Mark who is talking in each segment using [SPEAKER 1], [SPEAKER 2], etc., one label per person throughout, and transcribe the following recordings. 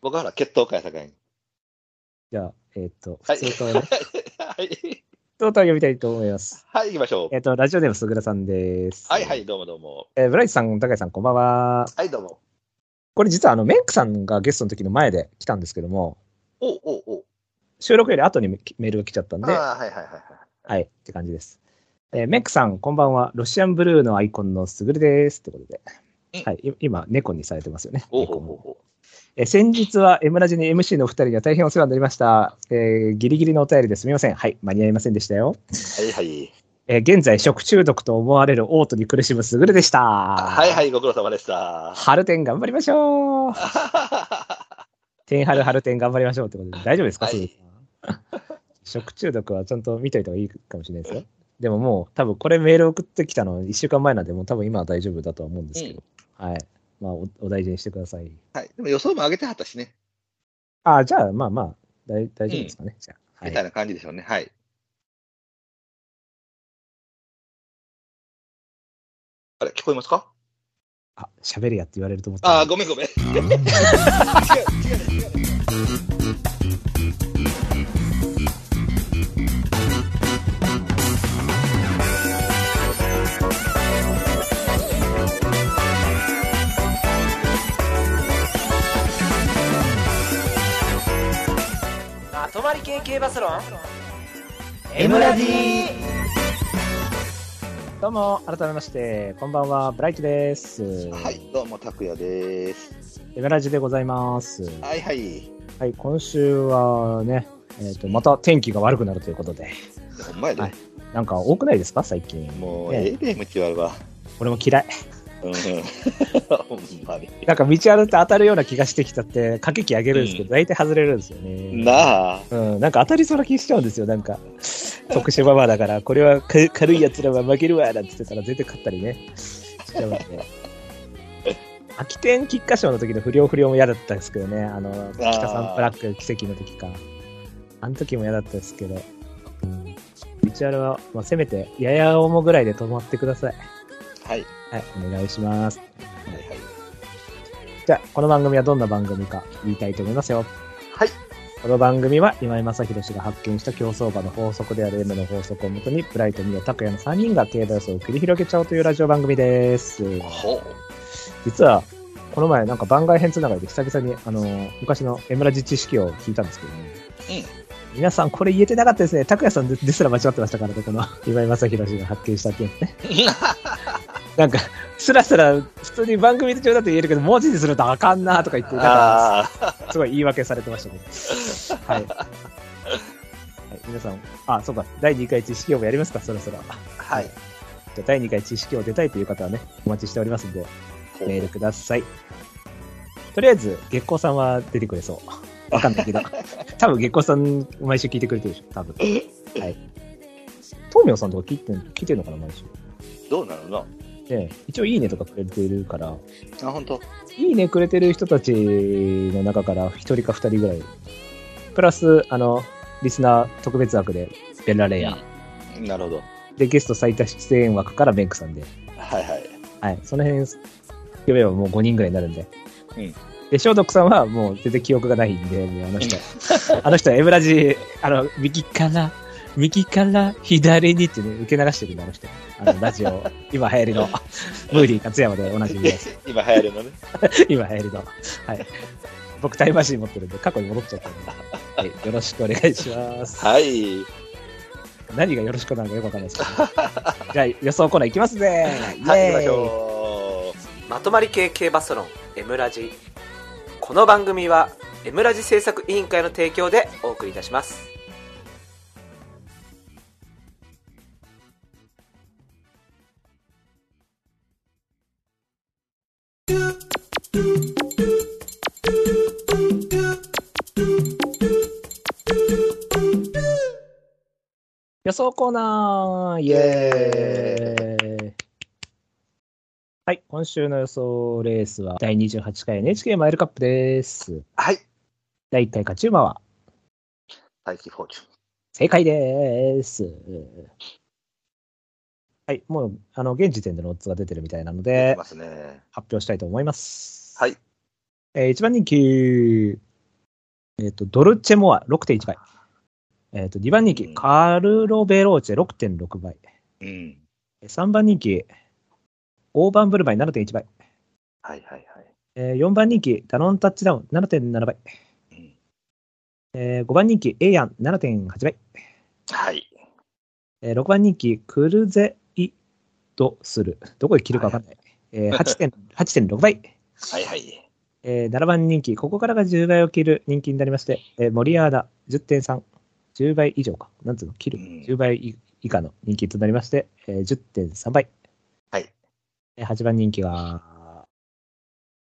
[SPEAKER 1] 僕はほら、血統会やさかいに。
[SPEAKER 2] じゃあ、えっ、と、
[SPEAKER 1] は
[SPEAKER 2] 普
[SPEAKER 1] い
[SPEAKER 2] 通とね、
[SPEAKER 1] はい。
[SPEAKER 2] 普通と読みたいと思います。
[SPEAKER 1] はい、行きましょ
[SPEAKER 2] えっ、と、ラジオネームすぐらさんです。
[SPEAKER 1] う。はいはい、。どうもどうも。
[SPEAKER 2] えーブライトさん、高井さん、こんばんは。
[SPEAKER 1] はい、どうも。
[SPEAKER 2] これ実はあの、メンクさんがゲストの時の前で来たんですけども、
[SPEAKER 1] おうおうおう。
[SPEAKER 2] 収録より後にメメールが来ちゃったんで、は
[SPEAKER 1] ああ、はいはいはいはい。
[SPEAKER 2] い、って感じです。えーメンクさん、こんばんは。ロシアンブルーのアイコンのすぐるです。ってことで
[SPEAKER 1] うん。
[SPEAKER 2] はい、い今、猫にされてますよね。
[SPEAKER 1] おうおう
[SPEAKER 2] 猫も
[SPEAKER 1] おうおう。
[SPEAKER 2] えー先日は M ラジに MC のお二人には大変お世話になりました。えーギリギリのお便りですみません。はい、間に合いませんでしたよ。
[SPEAKER 1] はいはい。
[SPEAKER 2] えー現在、食中毒と思われる嘔吐に苦しむすぐるでした。。
[SPEAKER 1] あはいはいい、ご苦労様で した。
[SPEAKER 2] 春天頑張りましょう。
[SPEAKER 1] は
[SPEAKER 2] 天春春天頑張りましょうってことで、大丈夫ですか、
[SPEAKER 1] はい
[SPEAKER 2] すぐるさん食中毒はちゃんと見といた方がいいかもしれないですよ。でももう、多分これメール送ってきたの1週間前なんで、もう多分今は大丈夫だとは思うんですけど。はい。まあお、お大事にしてください。
[SPEAKER 1] い。でも予想も上げてはったしね。
[SPEAKER 2] ああ、じゃあ、まあまあ、大大丈夫ですかね。じゃあ。は
[SPEAKER 1] み
[SPEAKER 2] い
[SPEAKER 1] たいな感じでしょうね。はい。あれ、聞こえますか
[SPEAKER 2] あ、喋れやって言われると思った。
[SPEAKER 1] ああ、ごめんごめん。違う違う違う。
[SPEAKER 3] まとまり系系バスロン
[SPEAKER 2] M ラジどうも、改めまして、こんばんは、ブライトです。
[SPEAKER 1] はい、どうも、拓也です。
[SPEAKER 2] エムラジでございます。
[SPEAKER 1] はいはい。
[SPEAKER 2] はい、今週はね、えっ、と、また天気が悪くなるということで、
[SPEAKER 1] ほんまやで。
[SPEAKER 2] はいなんか多くないですか、最近。
[SPEAKER 1] もう、
[SPEAKER 2] ね
[SPEAKER 1] ええで、ムチワルは。
[SPEAKER 2] 俺も嫌い。
[SPEAKER 1] うん。 ほんまに。
[SPEAKER 2] なんか道歩いて当たるような気がしてきちゃって、駆け引き上げるんですけど、大体外れるんですよね。
[SPEAKER 1] なあ。
[SPEAKER 2] うん、なんか当たりそうな気しちゃうんですよ、なんか。特殊ママだから、これはか軽いやつらは負けるわ、なんて言ってたら全然勝ったりね。しちゃうんで。秋天菊花賞の時の不良不良も嫌だったんですけどね、あの、北サンブラック奇跡の時か。あの時も嫌だったですけど。うん。ビチュアルは、まあ、せめて、やや重ぐらいで止まってください。
[SPEAKER 1] はい。
[SPEAKER 2] はい、お願いします。
[SPEAKER 1] はいはい。
[SPEAKER 2] じゃあ、この番組はどんな番組か言いたいと思いますよ。
[SPEAKER 1] はい。
[SPEAKER 2] この番組は今井正弘氏が発見した競走馬の法則である M の法則をもとに、ブライト、ミオ、タクヤの3人が競馬予想を繰り広げちゃおうというラジオ番組です。
[SPEAKER 1] ほう。
[SPEAKER 2] 実は、この前なんか番外編つながりで久々に、あのー昔の M ラジ知識を聞いたんですけどね。皆さんこれ言えてなかったですね。拓也さんでですら間違ってましたからね、この 今井正弘氏が発見したってやつね。なんか、すらすら普通に番組中だと言えるけど、文字にするとあかんなとか言って、なんか
[SPEAKER 1] ああ。
[SPEAKER 2] すごい言い訳されてましたけど。はい。はい、皆さん、あ、そうか、第2回知識王もやりますか、そろそろ。
[SPEAKER 1] はい。
[SPEAKER 2] じゃあ第2回知識王出たいという方はね、お待ちしておりますんで、
[SPEAKER 1] ほう
[SPEAKER 2] メールください。とりあえず、月光さんは出てくれそう。わかんないけど。多分月光さん、毎週聞いてくれてるでしょ、多分。はい。東明さんとか聞いてん聞いてるのかな、毎週。
[SPEAKER 1] どうなるの
[SPEAKER 2] で、一応いいねとかくれてるから、
[SPEAKER 1] あ、本当。
[SPEAKER 2] いいねくれてる人たちの中から1人か2人ぐらい。プラス、あの、リスナー特別枠で、ベラレイヤー。
[SPEAKER 1] なるほど。
[SPEAKER 2] で、ゲスト最多出演枠からメンクさんで。
[SPEAKER 1] はいはい。
[SPEAKER 2] はい。その辺、呼べばもう5人ぐらいになるんで。
[SPEAKER 1] うん
[SPEAKER 2] で、消毒さんはもう全然記憶がないんで、もうあの人、 あの人はエブラジ、あの、右から、右から左にってね、受け流してるんで、あの人。あの、ラ ジオ、今流行りの、ムーディー勝山でおなじみです。
[SPEAKER 1] 今流行るのね。
[SPEAKER 2] 今流行りの。はい。僕、タイムマシン持ってるんで、過去に戻っちゃったんで、はい、よろしくお願いします。
[SPEAKER 1] はい。
[SPEAKER 2] 何がよろしくなのかよくわかんないですけど。じゃあ、予想コーナーいきますね。
[SPEAKER 1] はい、行きま
[SPEAKER 2] イエ
[SPEAKER 1] し
[SPEAKER 2] ーイ
[SPEAKER 1] ょ
[SPEAKER 3] まとまり系系バスロン M ラジこの番組は M ラジ制作委員会の提供でお送りいたします
[SPEAKER 2] 予想コーナーイエーイはい、今週の予想レースは、第28回 NHK マイルカップです。
[SPEAKER 1] う。はい。
[SPEAKER 2] 第1回勝ち馬は、
[SPEAKER 1] 大気フォーチュン。
[SPEAKER 2] 正解です。はい、もう、あの、現時点でのオッズが出てるみたいなの
[SPEAKER 1] 出
[SPEAKER 2] で
[SPEAKER 1] て、ますね。
[SPEAKER 2] 発表したいと思います。
[SPEAKER 1] はい。
[SPEAKER 2] えー、1番人気、えっ、と、ドルチェモア6.1倍。えっ、と、2番人
[SPEAKER 1] うん
[SPEAKER 2] 気、カルロベローチェ6.6倍。
[SPEAKER 1] うん。
[SPEAKER 2] 3番人気、オーバンブルマイ7.1倍。
[SPEAKER 1] はいはい
[SPEAKER 2] えー4番人気、ダノンタッチダウン7.7倍。
[SPEAKER 1] はい。うん、
[SPEAKER 2] え5番人気、エイアン7.8倍。
[SPEAKER 1] はい。
[SPEAKER 2] え6番人気、クルゼイドスル。どこで切るか分かんない。えー8点 8.6倍。
[SPEAKER 1] はいはい。
[SPEAKER 2] えー7番人気、ここからが10倍を切る人気になりまして、えーモリアーダ10.3、10倍以上か、なんつうの、切る、
[SPEAKER 1] うん
[SPEAKER 2] 10倍以以下の人気となりまして、えー10.3倍。
[SPEAKER 1] はい。
[SPEAKER 2] えー8番人気は、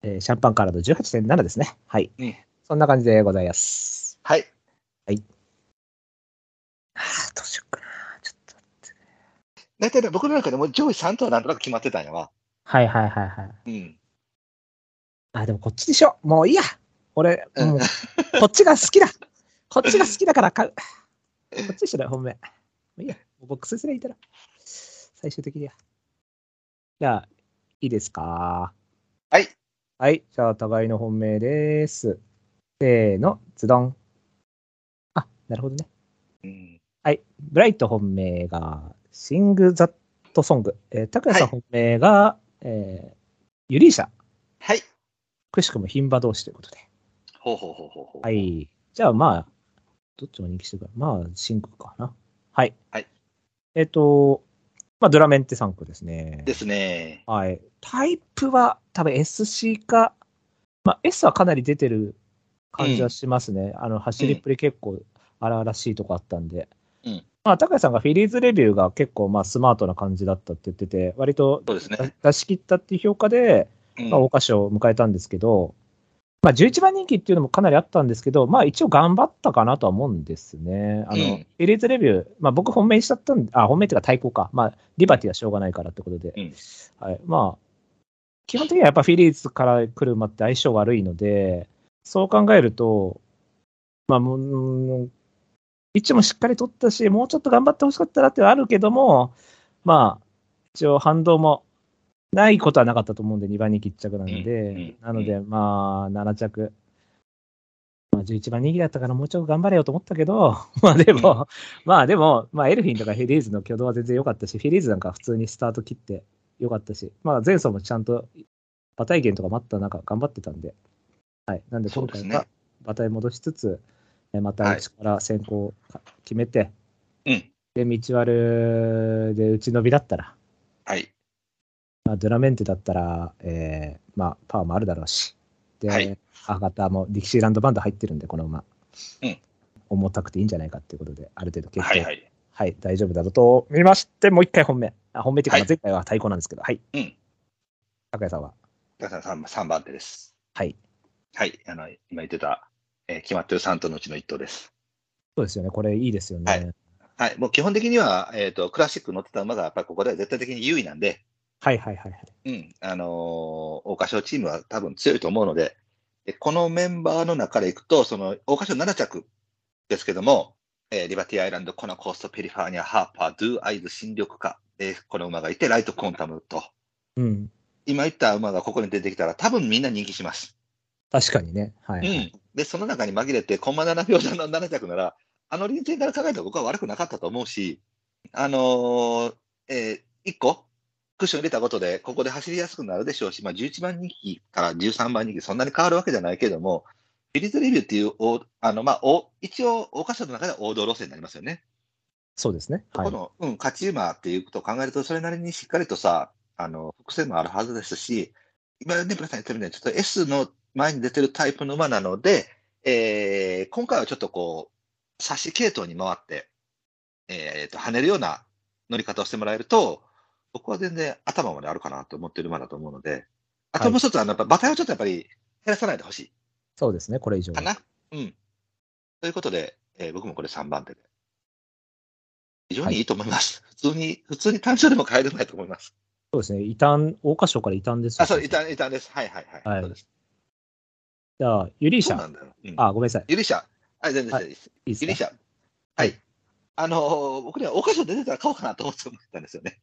[SPEAKER 2] えーシャンパンカラード18.7ですね。はい。
[SPEAKER 1] うん
[SPEAKER 2] そんな感じでございます。
[SPEAKER 1] はい。
[SPEAKER 2] ああ、どうしよっかな。ちょっと。
[SPEAKER 1] 大体ね、僕の中でも上位3とはなんとなく決まってたんやわ。
[SPEAKER 2] はいはいはいはい。
[SPEAKER 1] うん。
[SPEAKER 2] あ、でもこっちでしょ。もういいや。俺、
[SPEAKER 1] うん
[SPEAKER 2] もう、こっちが好きだ。こっちが好きだから買う。こっちでしょ、本命。もういいや。もうボックスすりゃいいたら。最終的には。じゃあ、いいですか。
[SPEAKER 1] はい。
[SPEAKER 2] はい。じゃあ、互いの本命です。せーの、ズドン。あ、なるほどね。
[SPEAKER 1] うん。
[SPEAKER 2] はい。ブライト本命が、シング・ザット・ソング。えー、拓也さ
[SPEAKER 1] は
[SPEAKER 2] ん本命が、えーユリーシャ。
[SPEAKER 1] はい。
[SPEAKER 2] くしくも牝馬同士ということで。
[SPEAKER 1] ほうほうほうほうほう。
[SPEAKER 2] は。い。じゃあまあ、どっちも人気してるから、まあ、真空かな。はい。
[SPEAKER 1] はい。
[SPEAKER 2] えっ、と、まあ、ドラメンテ3区ですね。
[SPEAKER 1] ですね。
[SPEAKER 2] はい。タイプは多分 SC か、まあ、S はかなり出てる感じはしますね。あの、走りっぷり結構荒々しいとこあったんで。
[SPEAKER 1] うん
[SPEAKER 2] まあ、高谷さんがフィリーズレビューが結構まあスマートな感じだったって言ってて、割と
[SPEAKER 1] そうですね。
[SPEAKER 2] 出し切ったっていう評価で、
[SPEAKER 1] うん
[SPEAKER 2] まあ、桜花賞を迎えたんですけど、まあ、11番人気っていうのもかなりあったんですけど、まあ、一応頑張ったかなとは思うんですね。あの、
[SPEAKER 1] うん
[SPEAKER 2] エリーズレビュー、まあ、僕本命にしちゃったんで、あ、本命っていうか対抗か。まあ、リバティはしょうがないからってことで、
[SPEAKER 1] うん
[SPEAKER 2] はい。まあ、基本的にはやっぱフィリーズから来る馬って相性悪いので、そう考えると、まあ、もう、うん一応もしっかり取ったし、もうちょっと頑張ってほしかったなっていうのはあるけども、まあ、一応反動もないことはなかったと思うんで、2番人気1着なんで、
[SPEAKER 1] うんうん
[SPEAKER 2] なので、まあ、7着。まあ、11番人気だったからもうちょっと頑張れよと思ったけど、 まあでも、まあでも、まあエルフィンとかフィリーズの挙動は全然良かったし、フィリーズなんか普通にスタート切って良かったし、まあ前走もちゃんと馬体験とか待った中頑張ってたんで、はい。なんで
[SPEAKER 1] そ
[SPEAKER 2] 今
[SPEAKER 1] うです
[SPEAKER 2] 回
[SPEAKER 1] ね
[SPEAKER 2] は馬体戻しつつ、えま
[SPEAKER 1] は
[SPEAKER 2] た
[SPEAKER 1] いう
[SPEAKER 2] ちから先行か決めて、
[SPEAKER 1] うん
[SPEAKER 2] で、道割るで打ち伸びだったら、
[SPEAKER 1] はい。
[SPEAKER 2] まあ、ドラメンテだったら、えーまあ、パワーもあるだろうし、で、
[SPEAKER 1] はい
[SPEAKER 2] アガタもディキシーランドバンド入ってるんで、この馬、
[SPEAKER 1] うん
[SPEAKER 2] 重たくていいんじゃないかっていうことで、ある程度結果、
[SPEAKER 1] はいはい。
[SPEAKER 2] はい大丈夫だろうと見まして、もう一回本命、あ本命っていうか、
[SPEAKER 1] はい
[SPEAKER 2] まあ前回は対抗なんですけど、はい、
[SPEAKER 1] うん。
[SPEAKER 2] 高谷さんは、
[SPEAKER 1] だから三三番手です。
[SPEAKER 2] はい、
[SPEAKER 1] はい。あの、今言ってた、えー決まってる3頭のうちの1頭です。
[SPEAKER 2] そうですよね、これいいですよ
[SPEAKER 1] は
[SPEAKER 2] ね。はいい、
[SPEAKER 1] はい。もう基本的には、えっ、と、クラシック乗ってた馬が、やっぱりここでは絶対的に優位なんで、
[SPEAKER 2] はい、はいはいは
[SPEAKER 1] う
[SPEAKER 2] い
[SPEAKER 1] ん。あのー、桜花賞チームは多分強いと思うので、でこのメンバーの中でいくと、その、桜花賞7着ですけども、えーリバティアイランド、コナコースト、ペリファーニア、ハーパー、ドゥアイズ、新緑化、えーこの馬がいて、ライト、コンタムと。
[SPEAKER 2] うん、
[SPEAKER 1] 今言った馬がここに出てきたら、多分みんな人気します。
[SPEAKER 2] 確かにね、はい、
[SPEAKER 1] うん。で、その中に紛れて、コンマ7秒差の7着なら、あの臨戦から考えたら僕は悪くなかったと思うし、あのーえ1個、クッション入れたことで、ここで走りやすくなるでしょうし、まあ、11番人気から13番人気、そんなに変わるわけじゃないけども、フィリーズレビューっていうお、あの、まあ、お一応、桜花賞の中では王道路線になりますよね。
[SPEAKER 2] そうですね、はい
[SPEAKER 1] こ、の、うん、勝ち馬っていうことを考えると、それなりにしっかりとさ、あの、伏線もあるはずですし、今ね、皆さん言ってるね、ちょっと S の前に出てるタイプの馬なので、えー今回はちょっとこう、差し系統に回って、えーと、跳ねるような乗り方をしてもらえると、僕は全然頭まであるかなと思ってる馬だと思うので、あともう一つ、あの、やっぱ馬体をちょっとやっぱり減らさないでほし
[SPEAKER 2] そうですね、これ以上
[SPEAKER 1] い
[SPEAKER 2] は
[SPEAKER 1] かな。うん。ということで、えー僕もこれ3番手で。非常にいいと思います。 普通に、普通に単勝でも買えるぐらいと思います。
[SPEAKER 2] そうですね、異端、桜花賞から異端ですよ
[SPEAKER 1] あ、そう、いた、いたんです。はいはいはい。
[SPEAKER 2] はい
[SPEAKER 1] そうです。
[SPEAKER 2] じゃあ、ユリーシ
[SPEAKER 1] そうな
[SPEAKER 2] ャ、
[SPEAKER 1] んだよ。うん、
[SPEAKER 2] あ、ごめんなさい、
[SPEAKER 1] ゆりしゃ。はい、全然
[SPEAKER 2] はい
[SPEAKER 1] 全然です。
[SPEAKER 2] いいです
[SPEAKER 1] ゆ
[SPEAKER 2] ね
[SPEAKER 1] り。しゃ。はい。あのー僕にはお菓子出てたら買おうかなと思って思ったんですよね。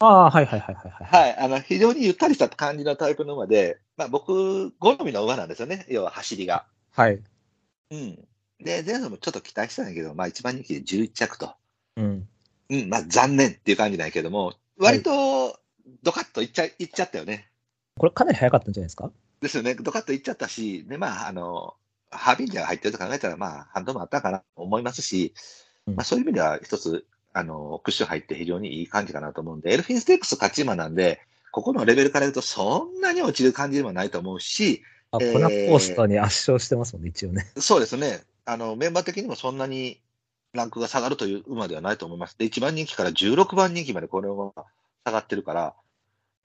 [SPEAKER 2] ああ、はいはいはいはいはい。
[SPEAKER 1] はい。あの、非常にゆったりした感じのタイプの馬で、まあ僕、好みの馬なんですよね。要は走りが。
[SPEAKER 2] はい。
[SPEAKER 1] うん。で、前走もちょっと期待してたんだけど、まあ一番人気で11着と。
[SPEAKER 2] うん。
[SPEAKER 1] うん、まあ残念っていう感じなんやけども、割とドカッといっちゃいっちゃったよね。
[SPEAKER 2] これかなり早かったんじゃないですか
[SPEAKER 1] ですよね、ドカッといっちゃったし、で、まあ、あの、ハービンジャーが入ってると考えたら、まあ、反動もあったかなと思いますし、
[SPEAKER 2] うん
[SPEAKER 1] まあ、そういう意味では一つ、あの、クッション入って非常にいい感じかなと思うんで、エルフィンステークス勝ち馬なんで、ここのレベルから言うとそんなに落ちる感じでもないと思うし、
[SPEAKER 2] あ、
[SPEAKER 1] えー
[SPEAKER 2] コナコースターに圧勝してますもんね、一応ね。
[SPEAKER 1] そうですね、あの、メンバー的にもそんなにランクが下がるという馬ではないと思います。で、1番人気から16番人気までこのまま下がってるから、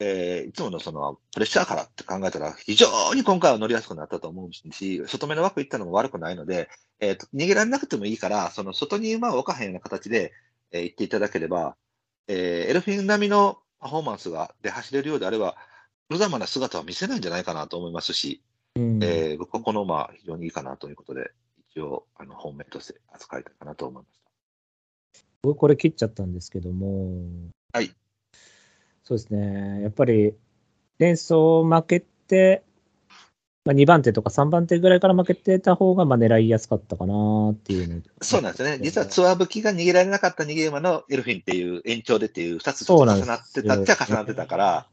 [SPEAKER 1] えーいつものそのプレッシャーからって考えたら、非常に今回は乗りやすくなったと思うし、外目の枠行ったのも悪くないので、えーと逃げられなくてもいいから、その外に馬を置かへんような形で、えー行っていただければ、えーエルフィン並みのパフォーマンスがで走れるようであれば、無様な姿は見せないんじゃないかなと思いますし、
[SPEAKER 2] うん。
[SPEAKER 1] えー僕はこの馬、非常にいいかなということで、一応、あの本命として扱いたいかなと思いまし
[SPEAKER 2] 僕これ切っちゃったんですけども。
[SPEAKER 1] はい。
[SPEAKER 2] そうですね。やっぱり、連想負けて、まあ、2番手とか3番手ぐらいから負けてた方が、まあ、狙いやすかったかなっていうの
[SPEAKER 1] た。そうなんですよね、実は
[SPEAKER 2] そ
[SPEAKER 1] ツアーブキが逃げられなかった逃げ馬のエルフィンっていう延長でっていう、2つちょ
[SPEAKER 2] そう
[SPEAKER 1] っと
[SPEAKER 2] なん
[SPEAKER 1] 重
[SPEAKER 2] です
[SPEAKER 1] なってたっちゃ重なってたから、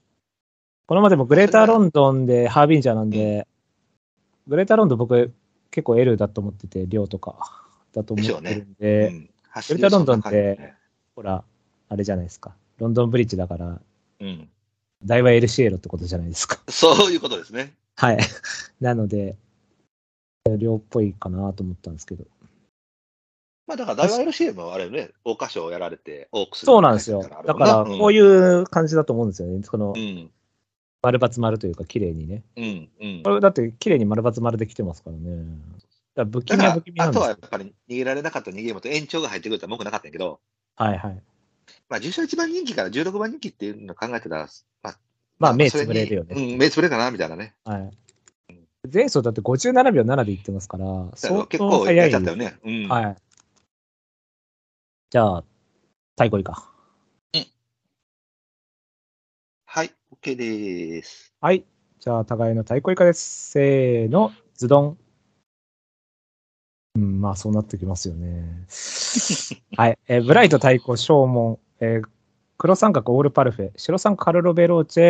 [SPEAKER 2] このまでもグレーターロンドンでハービンジャーなんで、グレーターロンドン僕結構 L だと思ってて、量とかだと思ってるんで、
[SPEAKER 1] うん、走り
[SPEAKER 2] ウェルタロンドンって
[SPEAKER 1] そんな感じね
[SPEAKER 2] ほら、あれじゃないですか。ロンドンブリッジだから、
[SPEAKER 1] うん、
[SPEAKER 2] 台場エルシエロってことじゃないですか。
[SPEAKER 1] そういうことですね。
[SPEAKER 2] はい。 なので、量っぽいかなと思ったんですけど。
[SPEAKER 1] まあ、だから、大和 LCM はあれよね、桜花賞をやられて、オークス
[SPEAKER 2] そうなんですよ。だから、こう
[SPEAKER 1] い
[SPEAKER 2] いう感じだと思うんですよね。この
[SPEAKER 1] う、ん、
[SPEAKER 2] 丸×丸というか、綺麗にね。
[SPEAKER 1] うん、うん。
[SPEAKER 2] これ、だって、綺麗に丸×丸できてますからね。だから不気
[SPEAKER 1] だ
[SPEAKER 2] 味は
[SPEAKER 1] か
[SPEAKER 2] 不気味
[SPEAKER 1] ら、あ
[SPEAKER 2] なんで
[SPEAKER 1] と
[SPEAKER 2] す
[SPEAKER 1] はや
[SPEAKER 2] よ
[SPEAKER 1] っ。ぱり逃げられなかった逃げ馬と延長が入ってくるとは文句なかったんやけど、
[SPEAKER 2] はいはい。
[SPEAKER 1] まあ、重賞1番人気から16番人気っていうのを考えてたら、まあ、
[SPEAKER 2] まあ、目
[SPEAKER 1] そ
[SPEAKER 2] つぶれるよね。
[SPEAKER 1] にうん、目つぶれかな、みたいなね。
[SPEAKER 2] はい。前走だって57秒7でいってますから、相
[SPEAKER 1] 結
[SPEAKER 2] 当
[SPEAKER 1] 構
[SPEAKER 2] 早
[SPEAKER 1] やっ
[SPEAKER 2] い。
[SPEAKER 1] ちゃったよね。うん。
[SPEAKER 2] はい。じゃあ、対コリか。
[SPEAKER 1] はい、OK です。
[SPEAKER 2] はい。じゃあ、互いの対抗以下です。せーの、ズドン。うん、まあ、そうなってきますよね。はい。えーブライト対抗、正門。えー黒三角、オールパルフェ。白三角、カルロベローチェ、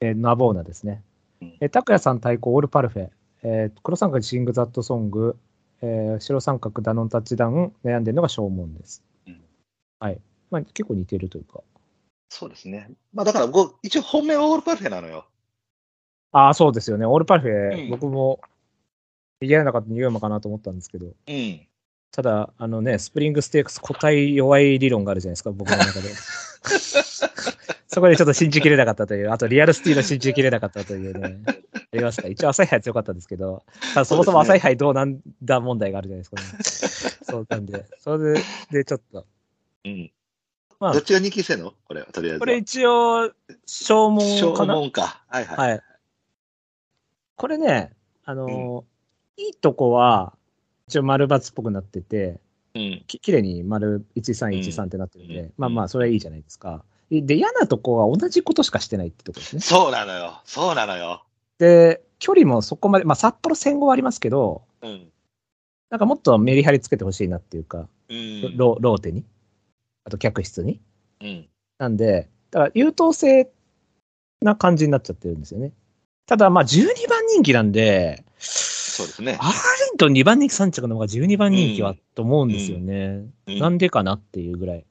[SPEAKER 2] えーナボーナですね
[SPEAKER 1] うん。
[SPEAKER 2] えー、拓也さん対抗、オールパルフェ。えー黒三角、シング・ザット・ソング。えー白三角、ダノン・タッチダウン。悩んでるのが正門です。
[SPEAKER 1] うん
[SPEAKER 2] はい。まあ、結構似てるというか。
[SPEAKER 1] そうですね。まあ、だから僕、一応本命はオールパルフェなのよ。
[SPEAKER 2] ああ、そうですよね。オールパルフェ、
[SPEAKER 1] うん
[SPEAKER 2] 僕も、嫌なかった逃げ馬かなと思ったんですけど、
[SPEAKER 1] うん。
[SPEAKER 2] ただ、あのね、スプリングステークス、個体弱い理論があるじゃないですか、僕の中 で。そこでちょっと信じきれなかったという、あとリアルスティール信じきれなかったというね、ありました。一応、朝日杯強かったんですけど、ただそもそも朝日杯どうなんだ問題があるじゃないですか、ね。そうなんで、それで、でちょっと。
[SPEAKER 1] うん。
[SPEAKER 2] まあ
[SPEAKER 1] どっちが人気制のこれは、とりあえず。
[SPEAKER 2] これ、一応、消
[SPEAKER 1] 小
[SPEAKER 2] 耗かな
[SPEAKER 1] 門か。はいはい。
[SPEAKER 2] はい。これね、あのーいいとこは、一応丸×っぽくなってて、
[SPEAKER 1] うん。
[SPEAKER 2] き綺麗に丸1313ってなってるんで、
[SPEAKER 1] うん
[SPEAKER 2] まあまあ、それはいいじゃないですか。で、嫌なとこは同じことしかしてないってとこですね。
[SPEAKER 1] そうなのよ。そうなのよ。
[SPEAKER 2] で、距離もそこまで、まあ、札幌戦後はありますけど、
[SPEAKER 1] うん。
[SPEAKER 2] なんかもっとメリハリつけてほしいなっていうか、
[SPEAKER 1] うん。
[SPEAKER 2] ロローテに、あと客室に。
[SPEAKER 1] うん。
[SPEAKER 2] なんで、だから優等生な感じになっちゃってるんですよね。ただ、まあ、12番人気なんで、
[SPEAKER 1] そうですね。
[SPEAKER 2] アーレントン2番人気3着の方が12番人気はと思うんですよね。
[SPEAKER 1] うん
[SPEAKER 2] なんでかなっていうぐらい。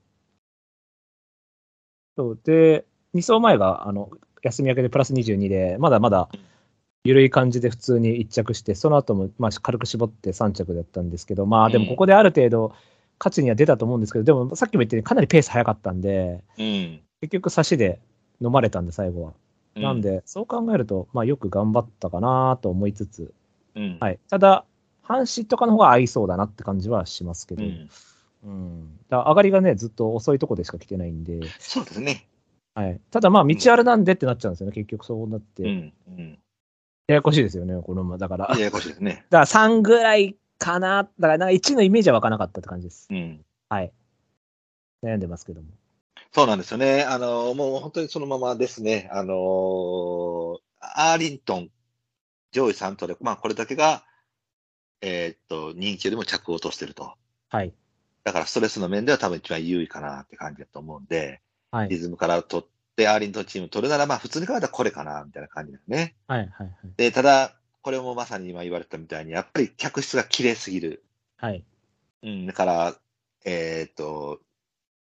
[SPEAKER 2] そう。で、2走前が、あの、休み明けでプラス22で、まだまだ、緩い感じで普通に1着して、その後も、まあ、軽く絞って3着だったんですけど、まあ、でもここである程度、価値には出たと思うんですけど、でもさっきも言ったようにかなりペース早かったんで、
[SPEAKER 1] うん。
[SPEAKER 2] 結局差しで飲まれたんで、最後は。
[SPEAKER 1] う
[SPEAKER 2] なん、で、そう考えると、まあ、よく頑張ったかなと思いつつ、
[SPEAKER 1] うん。
[SPEAKER 2] はい、ただ、阪神とかの方が合いそうだなって感じはしますけ
[SPEAKER 1] う
[SPEAKER 2] ど、うん
[SPEAKER 1] ん。
[SPEAKER 2] だから上がりがね、ずっと遅いとこでしか来てないんで、
[SPEAKER 1] そうですね。
[SPEAKER 2] はい、ただまあ、道あるなんでってなっちゃうんですよね、結局そうなって、
[SPEAKER 1] うん。うん。
[SPEAKER 2] ややこしいですよね、このまま、だ から、だ
[SPEAKER 1] や
[SPEAKER 2] か
[SPEAKER 1] やこしいですね。
[SPEAKER 2] ら3ぐらいかな、だからなんか1のイメージは湧かなかったって感じです。
[SPEAKER 1] うん。
[SPEAKER 2] はい、悩んでますけども。
[SPEAKER 1] そうなんですよね。あの、もう本当にそのままですね。あの、アーリントン、上位3頭で、まあこれだけが、えーっと、人気よりも着を落としてると。
[SPEAKER 2] はい。
[SPEAKER 1] だからストレスの面では多分一番優位かなって感じだと思うんで、
[SPEAKER 2] はい
[SPEAKER 1] リズムから取って、アーリントンチーム取るなら、まあ普通に考えたらこれかな、みたいな感じだよね。
[SPEAKER 2] はいはいはい。
[SPEAKER 1] で、ただ、これもまさに今言われたみたいに、やっぱり客室が綺麗すぎる。
[SPEAKER 2] はい。
[SPEAKER 1] うん、だから、えーっと、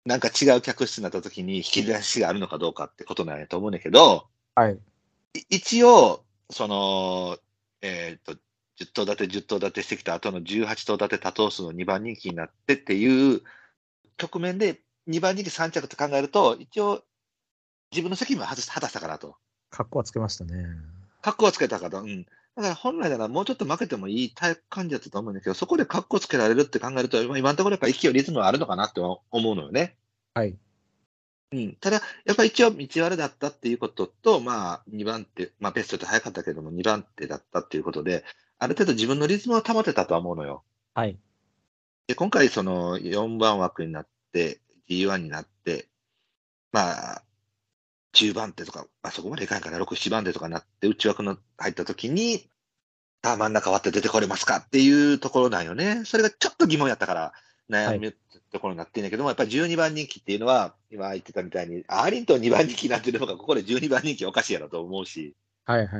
[SPEAKER 1] なんか違う客室になった時に引き出しがあるのかどうかってことなんやと思うんだけど、
[SPEAKER 2] はい。
[SPEAKER 1] い一応、その、えーっと、10頭立て、10頭立てしてきた後の18頭立て多頭数の2番人気になってっていう局面で、2番人気3着と考えると、一応、自分の責務は果たした果たしたかなと。
[SPEAKER 2] 格好はつけましたね。
[SPEAKER 1] 格好はつけたかと。うん。だから本来ならもうちょっと負けてもいいタイプ感じだったと思うんだけど、そこで格好つけられるって考えると、まあ今のところやっぱ勢い、リズムはあるのかなって思うのよね。
[SPEAKER 2] はい。
[SPEAKER 1] うん、ただ、やっぱり一応、道割れだったっていうことと、まあ、2番手、まあ、ベストって早かったけども、2番手だったっていうことで、ある程度自分のリズムを保てたとは思うのよ。
[SPEAKER 2] はい。
[SPEAKER 1] で、今回、その4番枠になって、G1 になって、まあ、10番手とか、あそこまでいかないから、6、7番手とかになって、内枠の入った時に、さあ、真ん中割って出てこれますかっていうところなんよね。それがちょっと疑問やったから、悩みってところになってんだけども、やっぱり12番人気っていうのは、今言ってたみたいに、アーリントン2番人気になってるのが、ここで12番人気おかしいやろと思うし、
[SPEAKER 2] はいはいは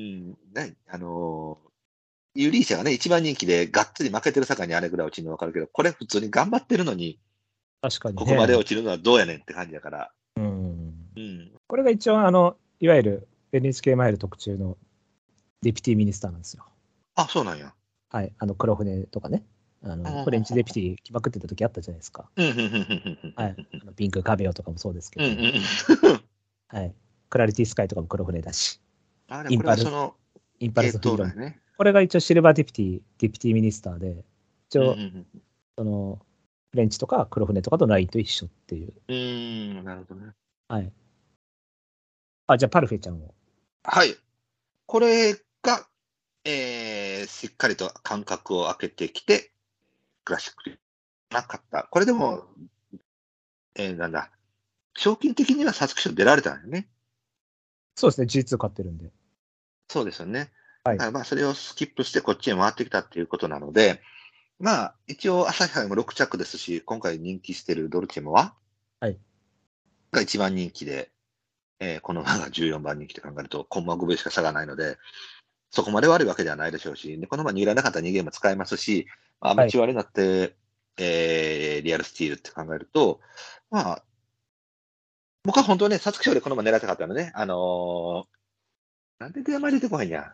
[SPEAKER 1] うん、ね、あのー、有利者がね、1番人気でがっつり負けてる坂にあれぐらい落ちるの分かるけど、これ普通に頑張ってるのに、
[SPEAKER 2] 確かに、ね。
[SPEAKER 1] ここまで落ちるのはどうやねんって感じだから。
[SPEAKER 2] うん。
[SPEAKER 1] うん。
[SPEAKER 2] これが一応、あの、いわゆる NHK マイル特注のデピティミニスターなんですよ。
[SPEAKER 1] あ、そうなんや。
[SPEAKER 2] はい。あの、黒船とかね。あ
[SPEAKER 1] はいはいは
[SPEAKER 2] の、
[SPEAKER 1] い
[SPEAKER 2] フレンチデピティ来まくってた時あったじゃないですか。
[SPEAKER 1] うん、うん、うん、うん。
[SPEAKER 2] はい。あのピンクカビオとかもそうですけ
[SPEAKER 1] うん、
[SPEAKER 2] ど、
[SPEAKER 1] うんうん。
[SPEAKER 2] はい。クラリティスカイとかも黒船だし、
[SPEAKER 1] あれ、これはその、
[SPEAKER 2] インパ
[SPEAKER 1] え
[SPEAKER 2] ル
[SPEAKER 1] っ
[SPEAKER 2] スフィ
[SPEAKER 1] と、
[SPEAKER 2] ーロン。
[SPEAKER 1] ね。
[SPEAKER 2] これが一応シルバーディピティ、ディピティミニスターで、一
[SPEAKER 1] うんう
[SPEAKER 2] 応、
[SPEAKER 1] ん
[SPEAKER 2] その、フレンチとか黒船とかとラインと一緒っていう。
[SPEAKER 1] うん、うん、なるほどね。
[SPEAKER 2] はい。あ、じゃあパルフェちゃんを。
[SPEAKER 1] はい。これが、えー、しっかりと間隔を空けてきて、クラシックでなかった。これでも、えー、なんだ、賞金的には皐月賞出られたんよね。
[SPEAKER 2] そうですね、G2 買ってるんで。
[SPEAKER 1] そうですよね。
[SPEAKER 2] はい
[SPEAKER 1] だからまあ、それをスキップしてこっちへ回ってきたっていうことなので、まあ、一応、朝日杯も6着ですし、今回人気してるドルチェモは、
[SPEAKER 2] はい。
[SPEAKER 1] が一番人気で、えーこの馬が14番人気と考えると、コンマ5秒しか差がないので、そこまで悪いわけではないでしょうし、でこの馬にいらなかった2ゲーム使えますし、まあ、アマチュアになって、えーリアルスティールって考えると、まあ、僕は本当はね、皐月賞でこの馬狙いたかったのね、あのーなんで出前出てこないんや。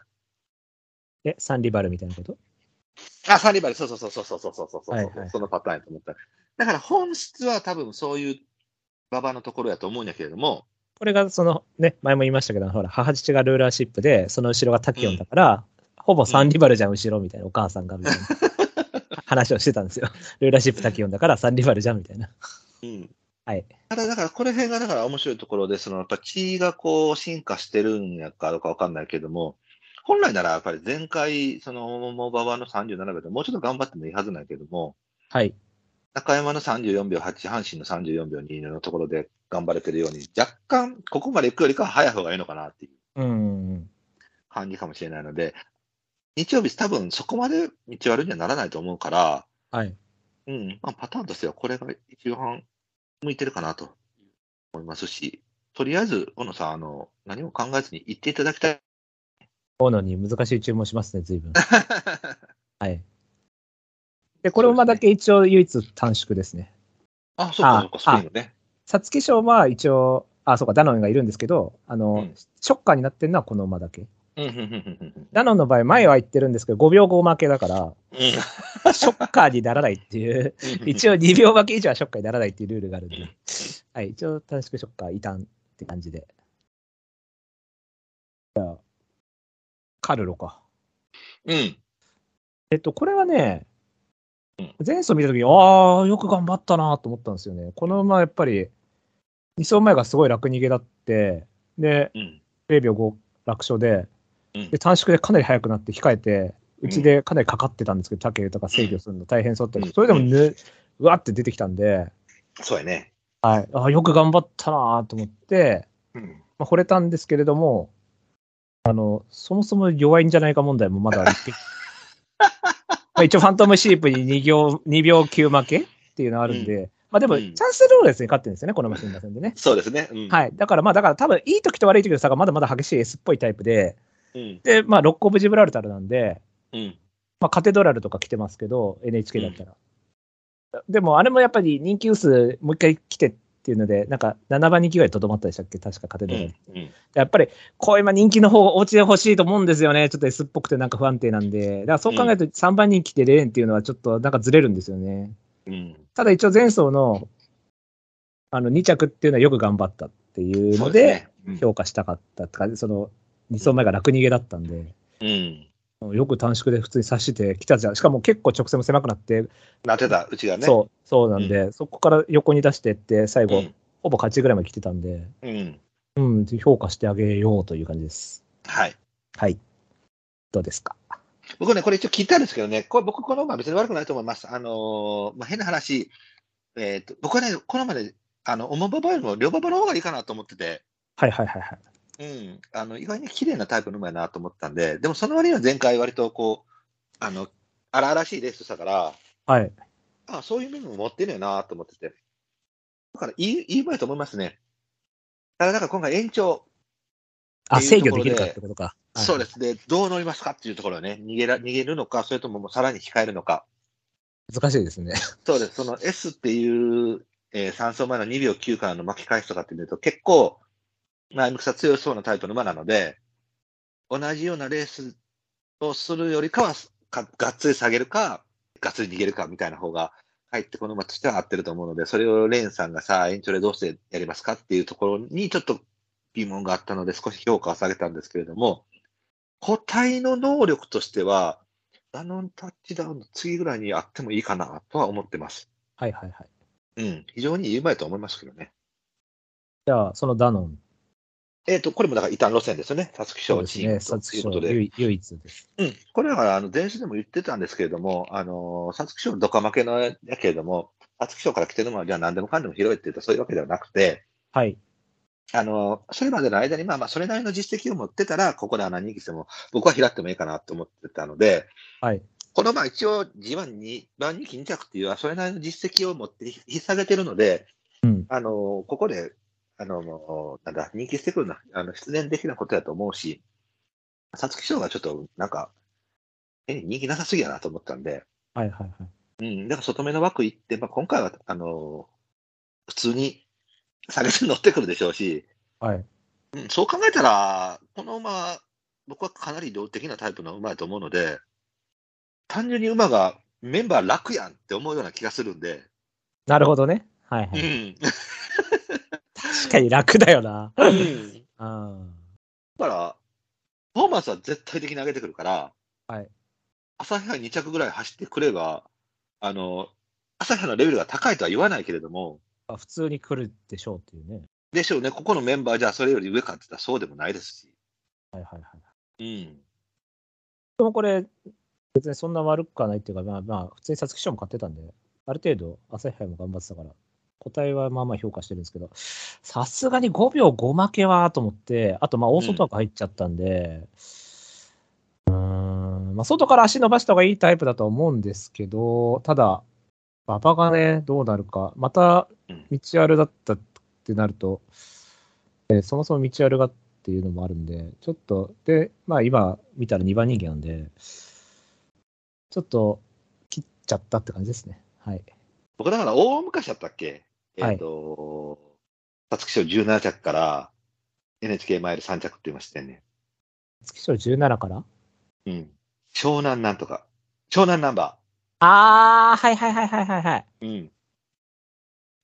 [SPEAKER 2] え、サンリバルみたいなこと
[SPEAKER 1] あ、サリバル、そうそうそうそうそうそうそうそうそう、
[SPEAKER 2] はいはい
[SPEAKER 1] そのパターンやと思った。だから本質は多分そういう馬場のところやと思うんやけれども、
[SPEAKER 2] これがそのね、前も言いましたけど、ほら、母父がルーラーシップで、その後ろがタキオンだから、ほぼサンリバルじゃん、後ろみたいな、お母さんがみ たいな話をしてたんですよ。ルーラーシップタキオンだからサンリバルじゃんみたいな。
[SPEAKER 1] うん。
[SPEAKER 2] はい。
[SPEAKER 1] ただだからこれ辺がだから面白いところで、そのやっぱ血がこう進化してるんやかどうかわかんないけれども、本来ならやっぱり前回、その、もう馬場の37秒でもうちょっと頑張ってもいいはずなんやけども、
[SPEAKER 2] はい。
[SPEAKER 1] 中山の34秒8、阪神の34秒2のところで頑張れてるように、若干ここまで行くよりかは早い方がいいのかなっていう。
[SPEAKER 2] うん。
[SPEAKER 1] 感じかもしれないので、日曜日、多分そこまで道悪いにはならないと思うから、
[SPEAKER 2] はい。
[SPEAKER 1] うんまあ、パターンとしてはこれが一番向いてるかなと思いますし、とりあえず、小野さん、あの何も考えずに行っていただきたい。
[SPEAKER 2] 大野に難しい注文しますね、随分。はい。で、これもだけ一応唯一短縮ですね。
[SPEAKER 1] あ、そうか、そうか、スペ
[SPEAKER 2] あ
[SPEAKER 1] インのね。
[SPEAKER 2] 皐月賞は一応、あ、そうか、ダノンがいるんですけど、あの、
[SPEAKER 1] うん
[SPEAKER 2] ショッカーになってるのはこの馬だけ。
[SPEAKER 1] うん、うん、うん、うんうん。
[SPEAKER 2] ダノンの場合、前は行ってるんですけど、5秒後負けだから、ショッカーにならないっていう、 一
[SPEAKER 1] 応、
[SPEAKER 2] 応2秒負け以上はショッカーにならないっていうルールがあるんで、はい、一応短縮ショッカー、異端って感じで。じゃあ、カルロか。
[SPEAKER 1] うん。
[SPEAKER 2] えっと、これはね
[SPEAKER 1] うん、
[SPEAKER 2] 前走見たときに、ああ、よく頑張ったなと思ったんですよね。この馬、やっぱり、2走前がすごい楽逃げだって、で、
[SPEAKER 1] うん。
[SPEAKER 2] 0秒5楽勝で
[SPEAKER 1] うん
[SPEAKER 2] で、短縮でかなり速くなって控えて、うちでかなりかかってたんですけど、武豊制御するの大変そうだったけ
[SPEAKER 1] うん
[SPEAKER 2] ど、それでもぬ、うわって出てきたんで、
[SPEAKER 1] そうやね。
[SPEAKER 2] はい、あよく頑張ったなと思って、
[SPEAKER 1] うん。
[SPEAKER 2] まあ、惚れたんですけれども、あの、そもそも弱いんじゃないか問題もまだあって、あ一応、ファントムシープに2秒、2秒級負けっていうのがあるんで、まあでも、
[SPEAKER 1] う
[SPEAKER 2] チャ
[SPEAKER 1] ん
[SPEAKER 2] ンスルーレスに勝ってるんですよね、このマシン打線でね。
[SPEAKER 1] そうですね。うん
[SPEAKER 2] はい。だからまあ、だから多分、いい時と悪い時の差がまだまだ激しい S っぽいタイプで、
[SPEAKER 1] うん
[SPEAKER 2] で、まあ、ロックオブジブラルタルなんで、
[SPEAKER 1] うん
[SPEAKER 2] まあ、カテドラルとか来てますけど、NHK だったら。でも、あれもやっぱり人気薄、もう一回来てっていうので、なんか7番人気ぐらいとどまったでしたっけ確かカテ
[SPEAKER 1] う
[SPEAKER 2] ドラル。
[SPEAKER 1] んうん
[SPEAKER 2] やっぱり、こう今人気の方、落ちてほしいと思うんですよね。ちょっと S っぽくてなんか不安定なんで。だからそう考えると3番人気でレーンっていうのはちょっとなんかずれるんですよね。
[SPEAKER 1] うん
[SPEAKER 2] ただ一応前走の、あの2着っていうのはよく頑張ったっていう
[SPEAKER 1] そ
[SPEAKER 2] の
[SPEAKER 1] うです
[SPEAKER 2] で、
[SPEAKER 1] ねうん
[SPEAKER 2] 評価したかったとか、その2走前が楽逃げだったんで、
[SPEAKER 1] うん。
[SPEAKER 2] よく短縮で普通に差してきたじゃん。しかも結構直線も狭くなって、
[SPEAKER 1] なってた、うちがね。
[SPEAKER 2] そう、そうなんで、そこから横に出してって、最
[SPEAKER 1] う
[SPEAKER 2] 後、
[SPEAKER 1] ん
[SPEAKER 2] ほぼ勝ちぐらいまで来てたんで、
[SPEAKER 1] うん。
[SPEAKER 2] うん、評価してあげようという感じです。
[SPEAKER 1] はい。
[SPEAKER 2] はい。どうですか
[SPEAKER 1] 僕ね、これ一応聞いたんですけどね、これ僕、この馬別に悪くないと思います。あのーまあ、変な話、えーと、僕はね、この馬で、あの、重馬場よりも両馬場の方がいいかなと思ってて、
[SPEAKER 2] はいはいはいはい。
[SPEAKER 1] うん、あの、意外に綺麗なタイプの馬やなと思ったんで、でもその割には前回割とこう、あの、荒々しいレースしたから、
[SPEAKER 2] はい。
[SPEAKER 1] あそういう面も持ってるよなと思ってて。だから、いい、いい馬やと思いますね。ただ、なんか今回延長、
[SPEAKER 2] あ、
[SPEAKER 1] ってい
[SPEAKER 2] 制
[SPEAKER 1] うと
[SPEAKER 2] 御
[SPEAKER 1] こ
[SPEAKER 2] で
[SPEAKER 1] ろで
[SPEAKER 2] きるかってことか。はい
[SPEAKER 1] そうですね、どう乗りますかっていうところよね、逃げら、逃げるのか、それとももうさらに控えるのか。
[SPEAKER 2] 難しいですね。
[SPEAKER 1] そうです。その S っていう、えー、3走前の2秒9からの巻き返しとかって見ると、結構、前向きさ強そうなタイプの馬なので、同じようなレースをするよりかは、かがっつり下げるか、がっつり逃げるかみたいな方が、入ってこの馬としては合ってると思うので、それをレーンさんがさ、延長でどうしてやりますかっていうところにちょっと疑問があったので、少し評価を下げたんですけれども、個体の能力としては、ダノンタッチダウンの次ぐらいにあってもいいかなとは思ってます。
[SPEAKER 2] はいはいはい。
[SPEAKER 1] うん、非常にいい馬やと思いますけどね。
[SPEAKER 2] じゃあ、そのダノン。
[SPEAKER 1] えっ、と、これもだから異端路線ですよね、皐月
[SPEAKER 2] そう
[SPEAKER 1] 賞
[SPEAKER 2] です
[SPEAKER 1] チー
[SPEAKER 2] ね。
[SPEAKER 1] ムという
[SPEAKER 2] 皐月
[SPEAKER 1] こ
[SPEAKER 2] 賞
[SPEAKER 1] とで。
[SPEAKER 2] 唯唯一です。
[SPEAKER 1] うん、これはあの前週でも言ってたんですけれども、あのー皐月賞のドカ負けのやけれども、皐月賞から来てるのは、じゃあ何でもかんでも拾えって言うと、そういうわけではなくて、
[SPEAKER 2] はい。
[SPEAKER 1] あのーそれまでの間に、まあまあ、それなりの実績を持ってたら、ここで何人気しても、僕は拾ってもいいかなと思ってたので、
[SPEAKER 2] はい。
[SPEAKER 1] このまあ一応 G1 に、番人気2着っていうのは、それなりの実績を持って引っ提げてるので、
[SPEAKER 2] うん
[SPEAKER 1] あの、ここで、あの、なんだ、人気してくるのは、あの、必然的なことだと思うし、皐月賞がちょっと、なんか、え人気なさすぎやなと思ったんで、
[SPEAKER 2] はいはいはい。
[SPEAKER 1] うん、だから外目の枠行って、まあ今回は、あの、普通に下げて乗ってくるでしょうし、
[SPEAKER 2] はい。
[SPEAKER 1] うん、そう考えたら、この馬、僕はかなり動的なタイプの馬だと思うので、単純に馬がメンバー楽やんって思うような気がするんで、
[SPEAKER 2] なるほどね。はいは
[SPEAKER 1] う
[SPEAKER 2] い。
[SPEAKER 1] ん、
[SPEAKER 2] 確かに楽だよな。
[SPEAKER 1] だか
[SPEAKER 2] うん。
[SPEAKER 1] ら、パフォーマンスは絶対的に上げてくるから、
[SPEAKER 2] はい
[SPEAKER 1] 朝日杯2着ぐらい走ってくれば、あの朝日杯のレベルが高いとは言わないけれども、
[SPEAKER 2] あ普通に来るでしょうっていうね。
[SPEAKER 1] でしょうね、ここのメンバー、じゃあそれより上かって言ったらそうでもないですし。
[SPEAKER 2] はいはいはい。
[SPEAKER 1] うん
[SPEAKER 2] でもこれ、別にそんな悪くはないっていうか、まあまあ、普通に皐月賞も買ってたんで、ある程度、朝日杯も頑張ってたから、答えはまあまあ評価してるんですけど、さすがに5秒5負けはと思って、あとまあ大外枠入っちゃったんで、うーん、まあ外から足伸ばした方がいいタイプだとは思うんですけど、ただ、馬場がね、どうなるか、また
[SPEAKER 1] うん
[SPEAKER 2] 道あるだったってなると、えーそもそも道あるがっていうのもあるんで、ちょっと、で、まあ今見たら2番人気なんで、ちょっと切っちゃったって感じですね。はい。
[SPEAKER 1] 僕だから大昔だったっけえっ、
[SPEAKER 2] はい
[SPEAKER 1] と、皐月賞17着から NHK マイル3着って言いましたよね。
[SPEAKER 2] 月賞17から
[SPEAKER 1] うん。湘南なんとか。湘南ナンバ
[SPEAKER 2] あー、はいはいはいはいはいはい。
[SPEAKER 1] ー。う ん。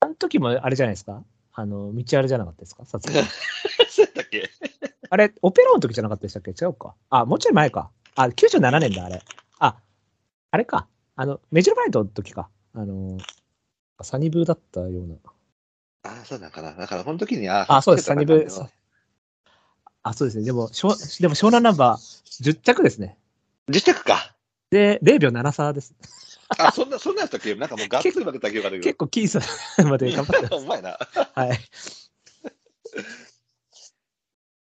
[SPEAKER 2] あの時もあれじゃないですかあの、道あれじゃなかったですかさつまいも
[SPEAKER 1] そうやったっけ
[SPEAKER 2] あれ、オペラの時じゃなかったでしたっけ違うか。あ、もうちょい前か。あ、97年だ、あれ。あ、あれか。あの、メジロバイトの時か。あの、サニブーだったような。
[SPEAKER 1] ああ、そうなんかな。だからこの時に、あ
[SPEAKER 2] あ、そうです、サニブ
[SPEAKER 1] そう
[SPEAKER 2] ー。あ、そうですね。でも、しょうでも湘南ナンバー10着ですね。
[SPEAKER 1] 10着か。
[SPEAKER 2] で、0秒7差です。
[SPEAKER 1] あ、そんな、そんなんやったっけなんかもうガッツリ負けた記憶あるけ
[SPEAKER 2] 結
[SPEAKER 1] ど。
[SPEAKER 2] 構キー差まで頑張 って
[SPEAKER 1] お前な。
[SPEAKER 2] ます。はい。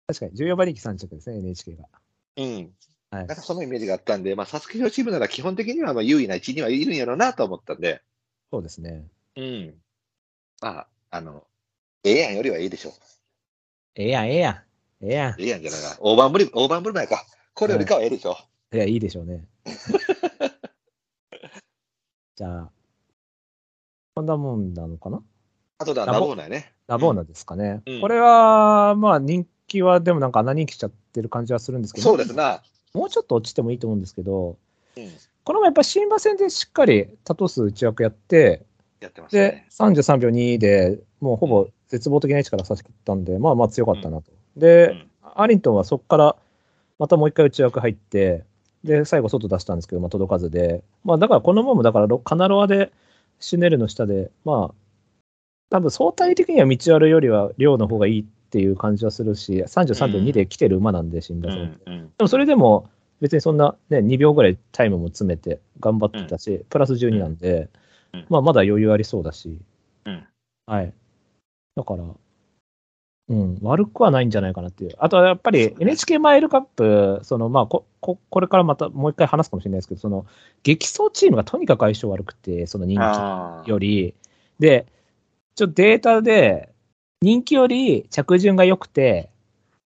[SPEAKER 2] 確かに、14番人気3着ですね、NHK が。
[SPEAKER 1] うん。
[SPEAKER 2] は
[SPEAKER 1] な
[SPEAKER 2] い
[SPEAKER 1] んかそのイメージがあったんで、まあ、サスケ賞チームなら基本的にはまあ優位な位置にはいるんやろうなと思ったんで、
[SPEAKER 2] そうですね。
[SPEAKER 1] うん。まあ、あの、ええやんよりはいいでしょう。
[SPEAKER 2] ええやん、ええやん。ええやん。
[SPEAKER 1] ええやんじゃないか。大盤振る、大盤振る舞いか。これよりかはええでしょう。
[SPEAKER 2] いや、いいでしょうね。 じゃあ、こんなもんなのかな
[SPEAKER 1] あとだ、
[SPEAKER 2] ラ
[SPEAKER 1] ラ
[SPEAKER 2] ボ
[SPEAKER 1] ボーナやね。
[SPEAKER 2] ラボーナですかね。
[SPEAKER 1] うん
[SPEAKER 2] これは、まあ人気は、でもなんか穴人気しちゃってる感じはするんですけど、
[SPEAKER 1] そうですな。
[SPEAKER 2] もうちょっと落ちてもいいと思うんですけど、
[SPEAKER 1] うん
[SPEAKER 2] この前やっぱ新馬戦でしっかり多頭数内枠やって、
[SPEAKER 1] やってます
[SPEAKER 2] で
[SPEAKER 1] ね。、
[SPEAKER 2] 33秒2で、もうほぼ絶望的な位置から差し切ったんで、まあまあ強かったなと。で、
[SPEAKER 1] うん
[SPEAKER 2] アリントンはそこからまたもう一回内枠入って、で、最後外出したんですけど、まあ届かずで、まあだからこのままだからロカナロアでシュネルの下で、まあ、多分相対的には道あるよりは量の方がいいっていう感じはするし、33秒2で来てる馬なんで、新馬
[SPEAKER 1] う
[SPEAKER 2] 戦って。
[SPEAKER 1] んうん
[SPEAKER 2] でもそれでも別にそんな、ね、2秒ぐらいタイムも詰めて頑張ってたし、プラス12なんで、
[SPEAKER 1] うん
[SPEAKER 2] まあまだ余裕ありそうだし、
[SPEAKER 1] うん
[SPEAKER 2] はい。だから、うん、悪くはないんじゃないかなっていう。あとはやっぱ
[SPEAKER 1] そう
[SPEAKER 2] り
[SPEAKER 1] ね
[SPEAKER 2] NHK マイルカップ、そのまあここ、これからまたもう一回話すかもしれないですけど、その激走チームがとにかく相性悪くて、その人気
[SPEAKER 1] あー
[SPEAKER 2] より、で、ちょっとデータで人気より着順が良くて、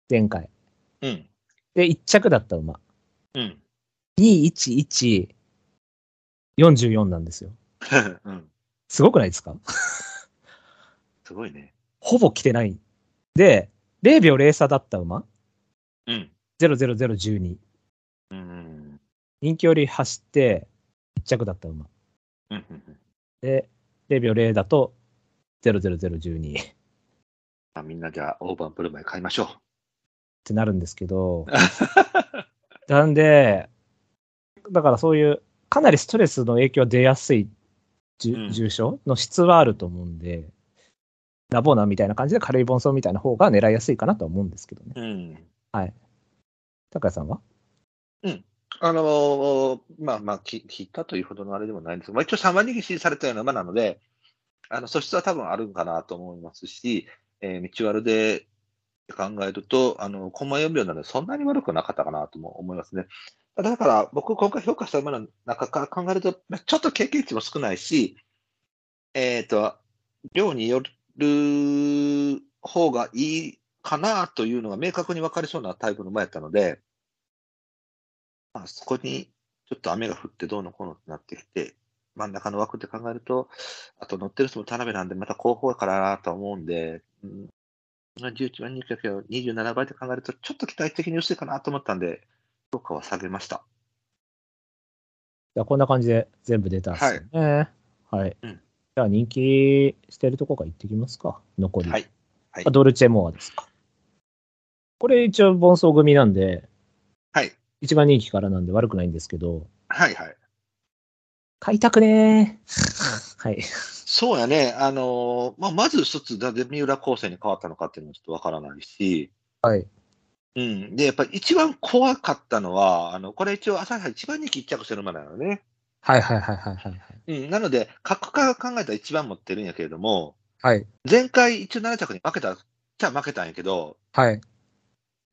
[SPEAKER 2] 前回。
[SPEAKER 1] うん。
[SPEAKER 2] で、1着だった馬。
[SPEAKER 1] うん。
[SPEAKER 2] 21144なんですよ。
[SPEAKER 1] うん。
[SPEAKER 2] すごくないですか
[SPEAKER 1] すごいね。
[SPEAKER 2] ほぼ来てない。で、0秒0差だった馬
[SPEAKER 1] うん。
[SPEAKER 2] ?00012。
[SPEAKER 1] うん。
[SPEAKER 2] 人気より走って1着だった馬。
[SPEAKER 1] うん。
[SPEAKER 2] で、0秒0だと00012っ
[SPEAKER 1] あみんなじゃあ、大盤振る舞い買いましょう。
[SPEAKER 2] てなるんです けど。なんで、だからそういう、かなりストレスの影響出やすいじゅ
[SPEAKER 1] うん
[SPEAKER 2] 重症の質はあると思うんで、ラボーナみたいな感じで軽い盆栽みたいな方が狙いやすいかなとは思うんですけどね。
[SPEAKER 1] うん。
[SPEAKER 2] 高谷さんは
[SPEAKER 1] あのーまあまあ、き聞いたというほどのあれでもないんですが、まあ、一応様に支持されたような馬なので、あの素質は多分あるんかなと思いますし、えー、道割で考えると、あの、コンマ4秒なので、そんなに悪くなかったかなとも思いますね。だから、僕、今回評価した馬の中から考えると、まあちょっと経験値も少ないし、えっ、と、量による方がいいかなというのが明確に分かりそうなタイプの馬やったので、まあ、そこにちょっと雨が降ってどうのこうのってなってきて、真ん中の枠で考えると、あと乗ってる人も田辺なんで、また後方やからなとは思うんで、うん、11番人気だけど、27倍で考えると、ちょっと期待的に薄いかなと思ったんで、評価は下げました。
[SPEAKER 2] じゃあこんな感じで全部出たんですよね。はい。
[SPEAKER 1] うん
[SPEAKER 2] じゃあ人気してるとこから行ってきますか。残り。
[SPEAKER 1] はいはい
[SPEAKER 2] あドルチェモアですか。これ一応盆栽組なんで、
[SPEAKER 1] はい。
[SPEAKER 2] 一番人気からなんで悪くないんですけど、
[SPEAKER 1] はいはい。
[SPEAKER 2] 買いたくねー。はい。
[SPEAKER 1] そうやね。あのーまあ、まず一つ、なぜ三浦高生に変わったのかっていうのはちょっとわからないし。
[SPEAKER 2] はい。
[SPEAKER 1] うん。で、やっぱり一番怖かったのは、あの、これ一応朝日杯一番人気一着してる馬なのね。
[SPEAKER 2] はいはいはいはいはい。
[SPEAKER 1] うん、なので、格下が考えたら一番持ってるんやけれども、
[SPEAKER 2] はい。
[SPEAKER 1] 前回一応7着に負けたじゃ負けたんやけど、
[SPEAKER 2] はい。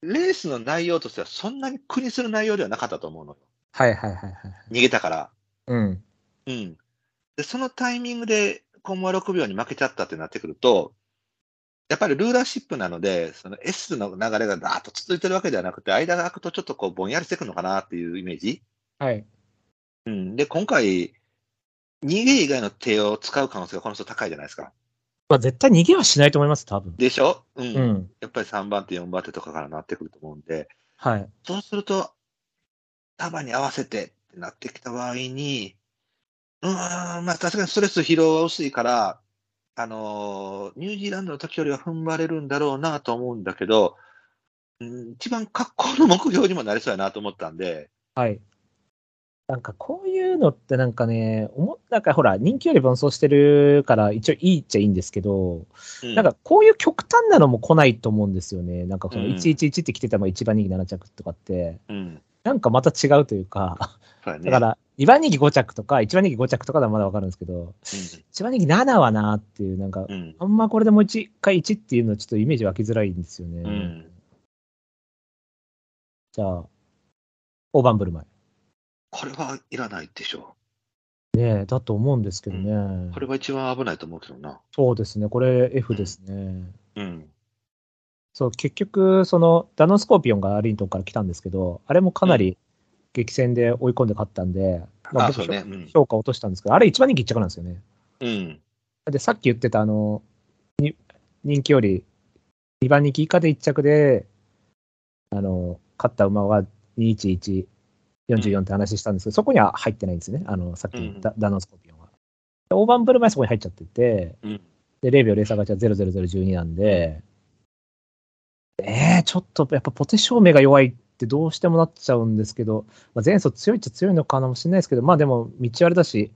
[SPEAKER 1] レースの内容としてはそんなに苦にする内容ではなかったと思うのよ。
[SPEAKER 2] はいはいはいはい。
[SPEAKER 1] 逃げたから。
[SPEAKER 2] うん。
[SPEAKER 1] うん。で、そのタイミングで、コンマ6秒に負けちゃったってなってくると、やっぱりルーラーシップなので、その S の流れがダーッと続いてるわけではなくて、間が空くとちょっとこうぼんやりしてくるのかなっていうイメージ。
[SPEAKER 2] はい。
[SPEAKER 1] うん。で、今回、逃げ以外の手を使う可能性がこの人高いじゃないですか。
[SPEAKER 2] まあ絶対逃げはしないと思います、多分。
[SPEAKER 1] でしょ
[SPEAKER 2] うん。
[SPEAKER 1] やっぱり3番手、4番手とかからなってくると思うんで、
[SPEAKER 2] はい。
[SPEAKER 1] そうすると、束に合わせてってなってきた場合に、うーん、まあ確かにストレス疲労は薄いから、あのーニュージーランドの時よりは踏ん張れるんだろうなと思うんだけど、うん、一番格好の目標にもなりそうやなと思ったんで、
[SPEAKER 2] はい。なんかこういうのってなんかね、思っなんかほら、人気より奔走してるから一応いいっちゃいいんですけど、
[SPEAKER 1] うん
[SPEAKER 2] なんかこういう極端なのも来ないと思うんですよね。なんかその
[SPEAKER 1] うん
[SPEAKER 2] 111って来てたまあ1番人気7着とかって、
[SPEAKER 1] うん、
[SPEAKER 2] なんかまた違うというか、
[SPEAKER 1] そうやね。
[SPEAKER 2] だから2番人気5着とか1番人気5着とかだまだわかるんですけど、1番人気7はなーっていう、なんか
[SPEAKER 1] うん、うん、
[SPEAKER 2] あんまこれでもう一回1っていうのはちょっとイメージ湧きづらいんですよね。
[SPEAKER 1] うん、
[SPEAKER 2] じゃあ、大盤振る舞い。
[SPEAKER 1] これはいらないでしょ
[SPEAKER 2] ねえ、だと思うんですけどね。
[SPEAKER 1] う。これは一番危ないと思うけどな。
[SPEAKER 2] そうですね、これ F ですね。
[SPEAKER 1] うん。
[SPEAKER 2] そう、結局、その、ダノンスコーピオンがアリントンから来たんですけど、あれもかなり激戦で追い込んで勝ったんで、
[SPEAKER 1] あ、
[SPEAKER 2] 僕
[SPEAKER 1] そうね。うん。
[SPEAKER 2] 評価落としたんですけど、あれ一番人気一着なんですよね。
[SPEAKER 1] うん。
[SPEAKER 2] で、さっき言ってた、あの、に人気より2番人気以下で1着で、あの、勝った馬は211、44って話したんですけど、そこには入ってないんですね。あの、さっき言ったダノンスコーピオンは。で大盤振る舞いそこに入っちゃってて、
[SPEAKER 1] うん。
[SPEAKER 2] で、0秒0差がじゃあ00012なんで、えー、ちょっとやっぱポテ照明が弱いってどうしてもなっちゃうんですけど、まあ、前走強いっちゃ強いのかもしれないですけど、まあでも道あれだし、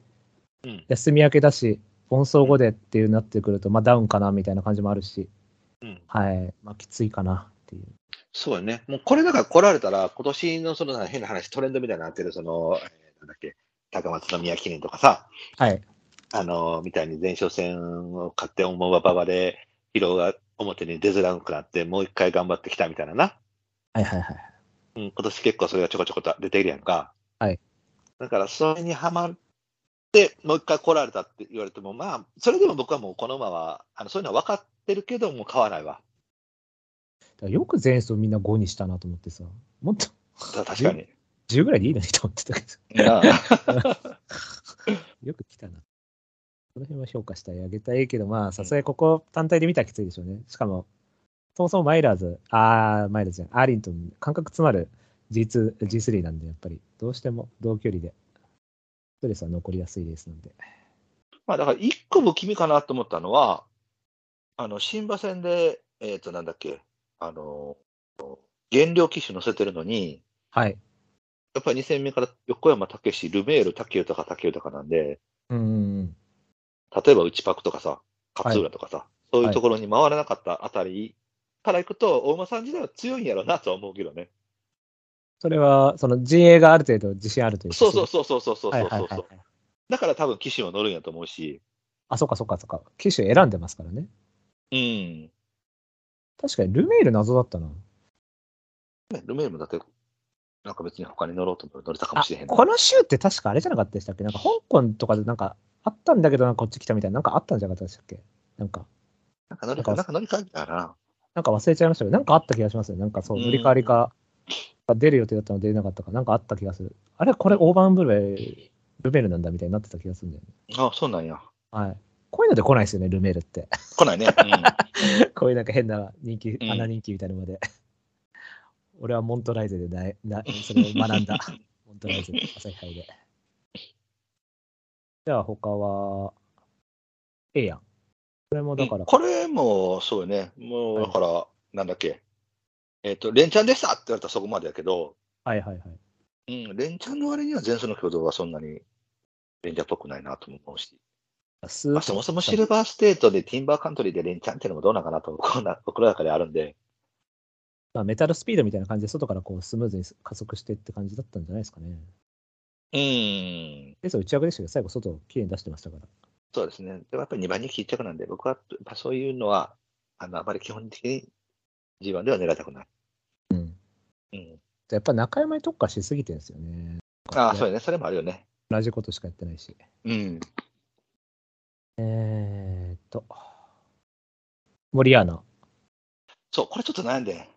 [SPEAKER 1] うん
[SPEAKER 2] 休み明けだし、盆走後でっていうなってくると、まあダウンかなみたいな感じもあるし、
[SPEAKER 1] うん
[SPEAKER 2] はい、まあきついかなっていう。
[SPEAKER 1] そうやね。もうこれだから来られたら、今年のその変な話、トレンドみたいになってる、その、えーなんだっけ、高松宮記念とかさ、
[SPEAKER 2] はい、
[SPEAKER 1] あのーみたいに前哨戦を勝って思うばばばで、疲労が表に出づらくなって、もう一回頑張ってきたみたいなな。
[SPEAKER 2] はいはいはい。
[SPEAKER 1] うん、今年結構それがちょこちょこと出ているやんか。
[SPEAKER 2] はい。
[SPEAKER 1] だから、それにはまって、もう一回来られたって言われても、まあ、それでも僕はもうこの馬は、あのそういうのは分かってるけど、もう買わないわ。
[SPEAKER 2] だからよく前走みんな5にしたなと思ってさ、もっと
[SPEAKER 1] た確かに。
[SPEAKER 2] 10ぐらいでいいのにと思ってたけど。
[SPEAKER 1] なあ
[SPEAKER 2] よく来たな。この辺は評価したい、あげたいけど、まあ、さすがにここ単体で見たらきついでしょうね。しかも、そもそもマイラーズ、あー、マイラーズじゃない、アーリントン、感覚詰まる G2、G3 なんで、やっぱり、どうしても同距離で、ストレスは残りやすいレースなんで。
[SPEAKER 1] まあ、だから、一個不気味かなと思ったのは、あの、新馬戦で、えっ、と、なんだっけ、あのー、減量機種乗せてるのに、
[SPEAKER 2] はい。
[SPEAKER 1] やっぱり2戦目から横山武史、ルメール、竹豊、竹豊なんで、
[SPEAKER 2] うんうんうん。
[SPEAKER 1] 例えば内パクとかさ、勝浦とかさ、そういうところに回らなかったあたりから行くと、大馬さん自体は強いんやろうなとは思うけどね。
[SPEAKER 2] それは、その陣営がある程度自信あるというか
[SPEAKER 1] そうそうそうそうそうそう
[SPEAKER 2] はい
[SPEAKER 1] そう
[SPEAKER 2] はいはい
[SPEAKER 1] そ
[SPEAKER 2] は
[SPEAKER 1] う
[SPEAKER 2] い。。
[SPEAKER 1] だから多分騎士は乗るんやと思うし、
[SPEAKER 2] あ、そうかそうかそうか。機種選んでますからね。
[SPEAKER 1] うん。
[SPEAKER 2] 確かに、ルメール謎だったな。
[SPEAKER 1] ねルメールもだって、なんか別に他に乗ろうと思ったら乗れたかも
[SPEAKER 2] あ
[SPEAKER 1] しれへんな。
[SPEAKER 2] この週って確かあれじゃなかったでしたっけなんか香港とかでなんかあったんだけどなんかこっち来たみたいな、なんかあったんじゃなかったでしたっけなんか、
[SPEAKER 1] なんか乗りか、なんか乗り換えたかな。
[SPEAKER 2] なんか忘れちゃいましたけど、なんかあった気がしますね。なんかそう、
[SPEAKER 1] うん
[SPEAKER 2] 乗り換わりか、出る予定だったの出れなかったか、なんかあった気がする。あれ、これ、オーバーンブルベルメールなんだみたいになってた気がするんだよね。
[SPEAKER 1] あ、そうなんや。
[SPEAKER 2] はい。こういうので来ないですよね、ルメールって。
[SPEAKER 1] 来 ないね。
[SPEAKER 2] こういうなんか変な人気、
[SPEAKER 1] うん
[SPEAKER 2] 穴人気みたいなのまで。 俺はモントライゼでない、なそれを学 んだ。モントライゼ、朝日杯で。じゃあ他は、ええやん。これも
[SPEAKER 1] う
[SPEAKER 2] だ
[SPEAKER 1] ん。
[SPEAKER 2] から、
[SPEAKER 1] これも、そうよね。もう、
[SPEAKER 2] はい
[SPEAKER 1] だから、なんだっけ。えっと、連チャンでしたって言われたらそこまでやけど、
[SPEAKER 2] はいはいはい。
[SPEAKER 1] うん、連チャンの割には前走の挙動はそんなに連チャンっぽくないなとも思うし、
[SPEAKER 2] ス
[SPEAKER 1] まあ、そもそもシルバーステートでティンバーカントリーで連チャンっていうのもどうなんかなと僕の僕の中であるんで、
[SPEAKER 2] まあ、メタルスピードみたいな感じで、外からこうスムーズに加速してって感じだったんじゃないですかね。
[SPEAKER 1] うん、
[SPEAKER 2] です打ち上げでしたけど、最後、外をきれいに出してましたから。
[SPEAKER 1] そうですね。でもやっぱり2番人気一着なんで、僕はやっぱそういうのは、あの、あまり基本的に G1 では狙いたくない。
[SPEAKER 2] うん。
[SPEAKER 1] うん。
[SPEAKER 2] やっぱ中山に特化しすぎてるんですよね。
[SPEAKER 1] ああ、そうやね。それもあるよね。
[SPEAKER 2] 同じことしかやってないし。
[SPEAKER 1] うん。
[SPEAKER 2] えーっと、モリアーナ。
[SPEAKER 1] そう、これちょっと悩んで。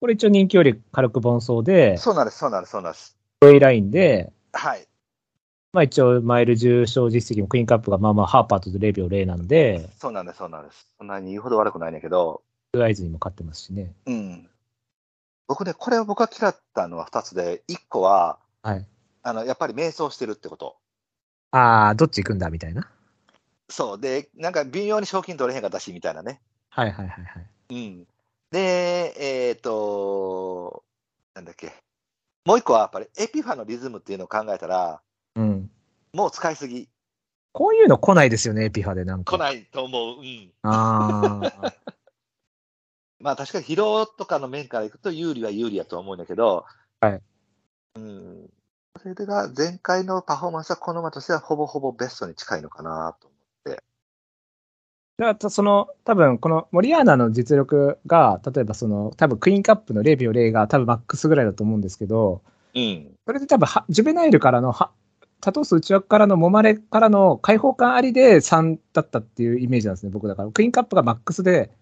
[SPEAKER 2] これ一応人気より軽く盆走で、
[SPEAKER 1] そうなんです、そうなんです、そうなんです。
[SPEAKER 2] ロイラインで、
[SPEAKER 1] はい。
[SPEAKER 2] まあ一応マイル重賞実績もクイーンカップがまあまあハーパーと0秒0なんで、
[SPEAKER 1] そうなんです、そうなんです。そんなに言うほど悪くないねんけど、
[SPEAKER 2] ツーアイズにも勝ってますしね。
[SPEAKER 1] うん。僕ね、これを僕が嫌ったのは2つで、1個は、
[SPEAKER 2] はい。
[SPEAKER 1] あの、やっぱり迷走してるってこと。
[SPEAKER 2] あー、どっち行くんだみたいな。
[SPEAKER 1] そう。で、なんか微妙に賞金取れへんかったし、みたいなね。
[SPEAKER 2] はいはいはいはい。
[SPEAKER 1] うん。で、えっ、と、なんだっけ。もう一個は、やっぱりエピファのリズムっていうのを考えたら、
[SPEAKER 2] うん。
[SPEAKER 1] もう使いすぎ。
[SPEAKER 2] こういうの来ないですよね、エピファでなんか。
[SPEAKER 1] 来
[SPEAKER 2] い。
[SPEAKER 1] ないと思う。うん。
[SPEAKER 2] あー。
[SPEAKER 1] まあ確かに疲労とかの面からいくと有利は有利やとは思うんだけど、
[SPEAKER 2] はい。
[SPEAKER 1] うん。それが前回のパフォーマンスはこの馬としてはほぼほぼベストに近いのかなと思
[SPEAKER 2] だからその多分このモリアーナの実力が例えばその多分クイーンカップの0秒0が多分マックスぐらいだと思うんですけど
[SPEAKER 1] うん。
[SPEAKER 2] それで多分は、ジュベナイルからのは、多頭数内枠からの揉まれからの開放感ありで3だったっていうイメージなんですね、僕だから。クイーンカップがマックスで、だか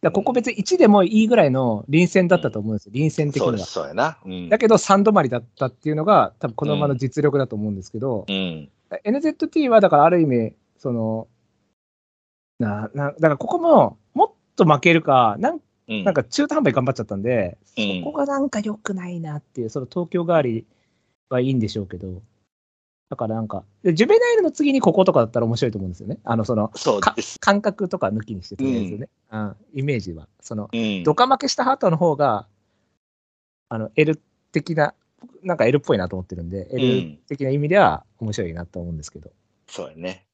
[SPEAKER 2] らここ別に1でもいいぐらいの臨戦だったと思うんですよ、臨戦的
[SPEAKER 1] そう
[SPEAKER 2] に
[SPEAKER 1] で
[SPEAKER 2] は
[SPEAKER 1] す、。そうやな。うん。
[SPEAKER 2] だけど3止まりだったっていうのが、多分この馬の実力だと思うんですけど、
[SPEAKER 1] うん。
[SPEAKER 2] NZT はだからある意味、その、な、な、だからここも、もっと負けるか、なん
[SPEAKER 1] うん。
[SPEAKER 2] なんか中途半端に頑張っちゃったんで、
[SPEAKER 1] うん
[SPEAKER 2] そこがなんか良くないなっていう、その東京代わりはいいんでしょうけど、だからなんか、でジュベナイルの次にこことかだったら面白いと思うんですよね。あの、その、
[SPEAKER 1] そう
[SPEAKER 2] か
[SPEAKER 1] です。
[SPEAKER 2] 感覚とか抜きにしてたんですよね。うん、イメージは。その、
[SPEAKER 1] うん。
[SPEAKER 2] ドカ負けしたハートの方が、あの、L 的な、なんか L っぽいなと思ってるんで、
[SPEAKER 1] う
[SPEAKER 2] L
[SPEAKER 1] ん。
[SPEAKER 2] 的な意味では面白いなと思うんですけど、
[SPEAKER 1] そうやね。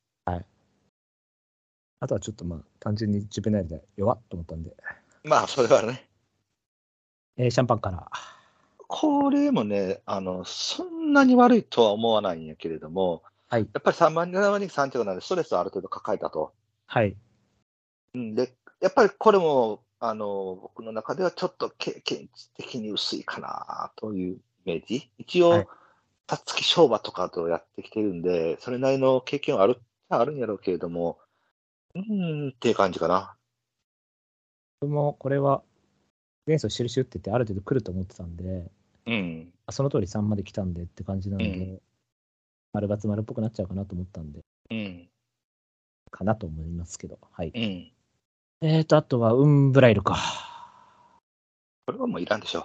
[SPEAKER 2] あとはちょっとまあ、単純にジュベナイルで弱っと思ったんで、
[SPEAKER 1] まあ、それはね。
[SPEAKER 2] えーシャンパンから。
[SPEAKER 1] これもね、あの、そんなに悪いとは思わないんやけれども、
[SPEAKER 2] はい
[SPEAKER 1] やっぱり3万7万人3着なんで、ストレスをある程度抱えたと。
[SPEAKER 2] はい。
[SPEAKER 1] うん、で、やっぱりこれも、あの、僕の中ではちょっと経験値的に薄いかなというイメージ。一
[SPEAKER 2] は
[SPEAKER 1] 応
[SPEAKER 2] い、
[SPEAKER 1] たつき商馬とかとやってきてるんで、それなりの経験はあるっちゃあるんやろうけれども、うーんっていう感じかな。
[SPEAKER 2] 僕もこれは、前走シュルシュルって言って、ある程度来ると思ってたんで、
[SPEAKER 1] うん。
[SPEAKER 2] あその通り3まで来たんでって感じなんで、
[SPEAKER 1] う
[SPEAKER 2] 丸×丸っぽくなっちゃうかなと思ったんで、
[SPEAKER 1] うん。
[SPEAKER 2] かなと思いますけど、はい。
[SPEAKER 1] うん。
[SPEAKER 2] えーと、あとは、ウンブライルか。
[SPEAKER 1] これはもういらんでしょ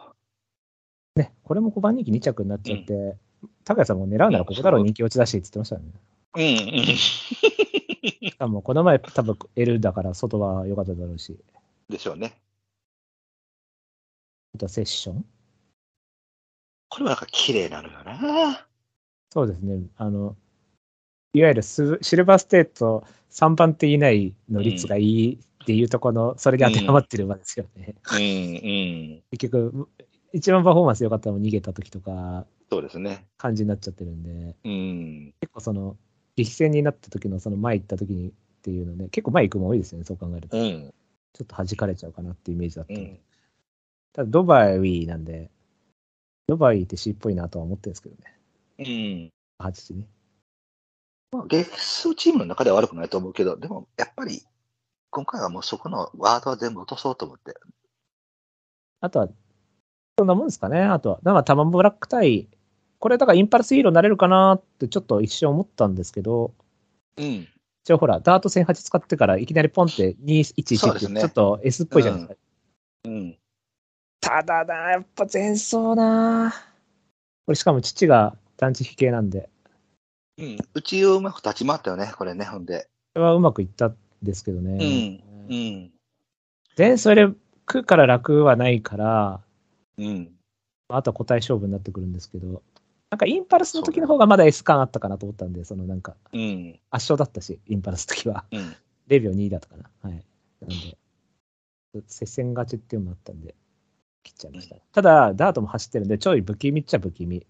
[SPEAKER 2] ね、これも5番人気2着になっちゃって、高谷さんも狙うならここだろう人気落ちだしって言ってましたよね。
[SPEAKER 1] う。うん。うん。
[SPEAKER 2] しかも、この前、多分 L だから外は良かっただろうし、
[SPEAKER 1] でしょうね。
[SPEAKER 2] あとはセッション
[SPEAKER 1] これはなんか綺麗なのよな。
[SPEAKER 2] そうですね、あの、いわゆるスシルバーステート3番手以内の率がいいっていうところの、それに当てはまってる馬ですよね。
[SPEAKER 1] うんうん。
[SPEAKER 2] 結局、一番パフォーマンス良かったのも逃げた時とか、
[SPEAKER 1] そうですね。
[SPEAKER 2] 感じになっちゃってるんで、
[SPEAKER 1] うん。
[SPEAKER 2] 結構その、激戦になった時の、その前行った時にっていうのね、結構前行くも多いですよね、そう考えると。
[SPEAKER 1] うん。
[SPEAKER 2] ちょっと弾かれちゃうかなっていうイメージだった
[SPEAKER 1] うん
[SPEAKER 2] で。
[SPEAKER 1] ん。
[SPEAKER 2] ただ、ドバイなんで、ドバイって C っぽいなとは思ってるんですけどね、
[SPEAKER 1] うん。
[SPEAKER 2] 8時ね。
[SPEAKER 1] まあ、ゲスチームの中では悪くないと思うけど、でもやっぱり、今回はもうそこのワードは全部落とそうと思って。
[SPEAKER 2] あとは、そんなもんですかね。あとは、だからタマンブラック対、これだからインパルスヒーローになれるかなってちょっと一瞬思ったんですけど、
[SPEAKER 1] うん。
[SPEAKER 2] 一応ほら、ダート1 0 8使ってからいきなりポンって
[SPEAKER 1] そう
[SPEAKER 2] 211っ
[SPEAKER 1] で
[SPEAKER 2] て、
[SPEAKER 1] すね
[SPEAKER 2] ちょっと S っぽいじゃないですか。
[SPEAKER 1] うん。
[SPEAKER 2] ただな、やっぱ前走な。これしかも父が団地飛系なんで、
[SPEAKER 1] うん。うちをうまく立ち回ったよね、これね、ほんで。
[SPEAKER 2] これはうまくいったんですけど
[SPEAKER 1] う
[SPEAKER 2] ね。
[SPEAKER 1] ん。うん。
[SPEAKER 2] 前走で食うから楽はないから、
[SPEAKER 1] うん。
[SPEAKER 2] あとは個体勝負になってくるんですけど、なんかインパルスの時の方がまだ S 感あったかなと思ったんで、そのなんか
[SPEAKER 1] うん。
[SPEAKER 2] 圧勝だったし、インパルスの時は。
[SPEAKER 1] うん。
[SPEAKER 2] 0秒2だったかな。はい。なんで、接戦勝ちっていうのもあったんで、切っちゃいました。ただ、ダートも走ってるんで、ちょい不気味っちゃ不気味。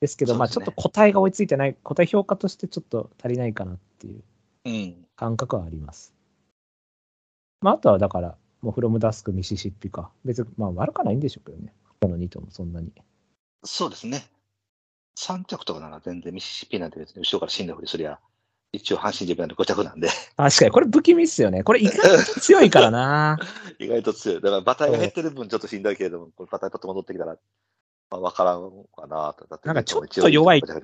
[SPEAKER 2] ですけど、まあち
[SPEAKER 1] そ
[SPEAKER 2] ょ
[SPEAKER 1] う
[SPEAKER 2] っ
[SPEAKER 1] です
[SPEAKER 2] と
[SPEAKER 1] ね
[SPEAKER 2] 個体が追いついてない、個体評価としてちょっと足りないかなっていう
[SPEAKER 1] うん。
[SPEAKER 2] 感覚はあります。まああとはだから、もうフロムダスク、ミシシッピか。別に、まあ悪かないんでしょうけどね。この2頭もそんなに。
[SPEAKER 1] そうですね。3着とかなら全然ミシシッピなんて別に後ろから死んだふりすりゃ、一応阪神ジェブなんで5着なんで、
[SPEAKER 2] 確かに、これ不気味っすよね。これ意外と強いからな。
[SPEAKER 1] 意外と強い。だから馬体が減ってる分ちょっと死んだけれども、これ馬体パッと戻ってきたら、まあ、わからんかなと。だって
[SPEAKER 2] なんかちょっと弱い北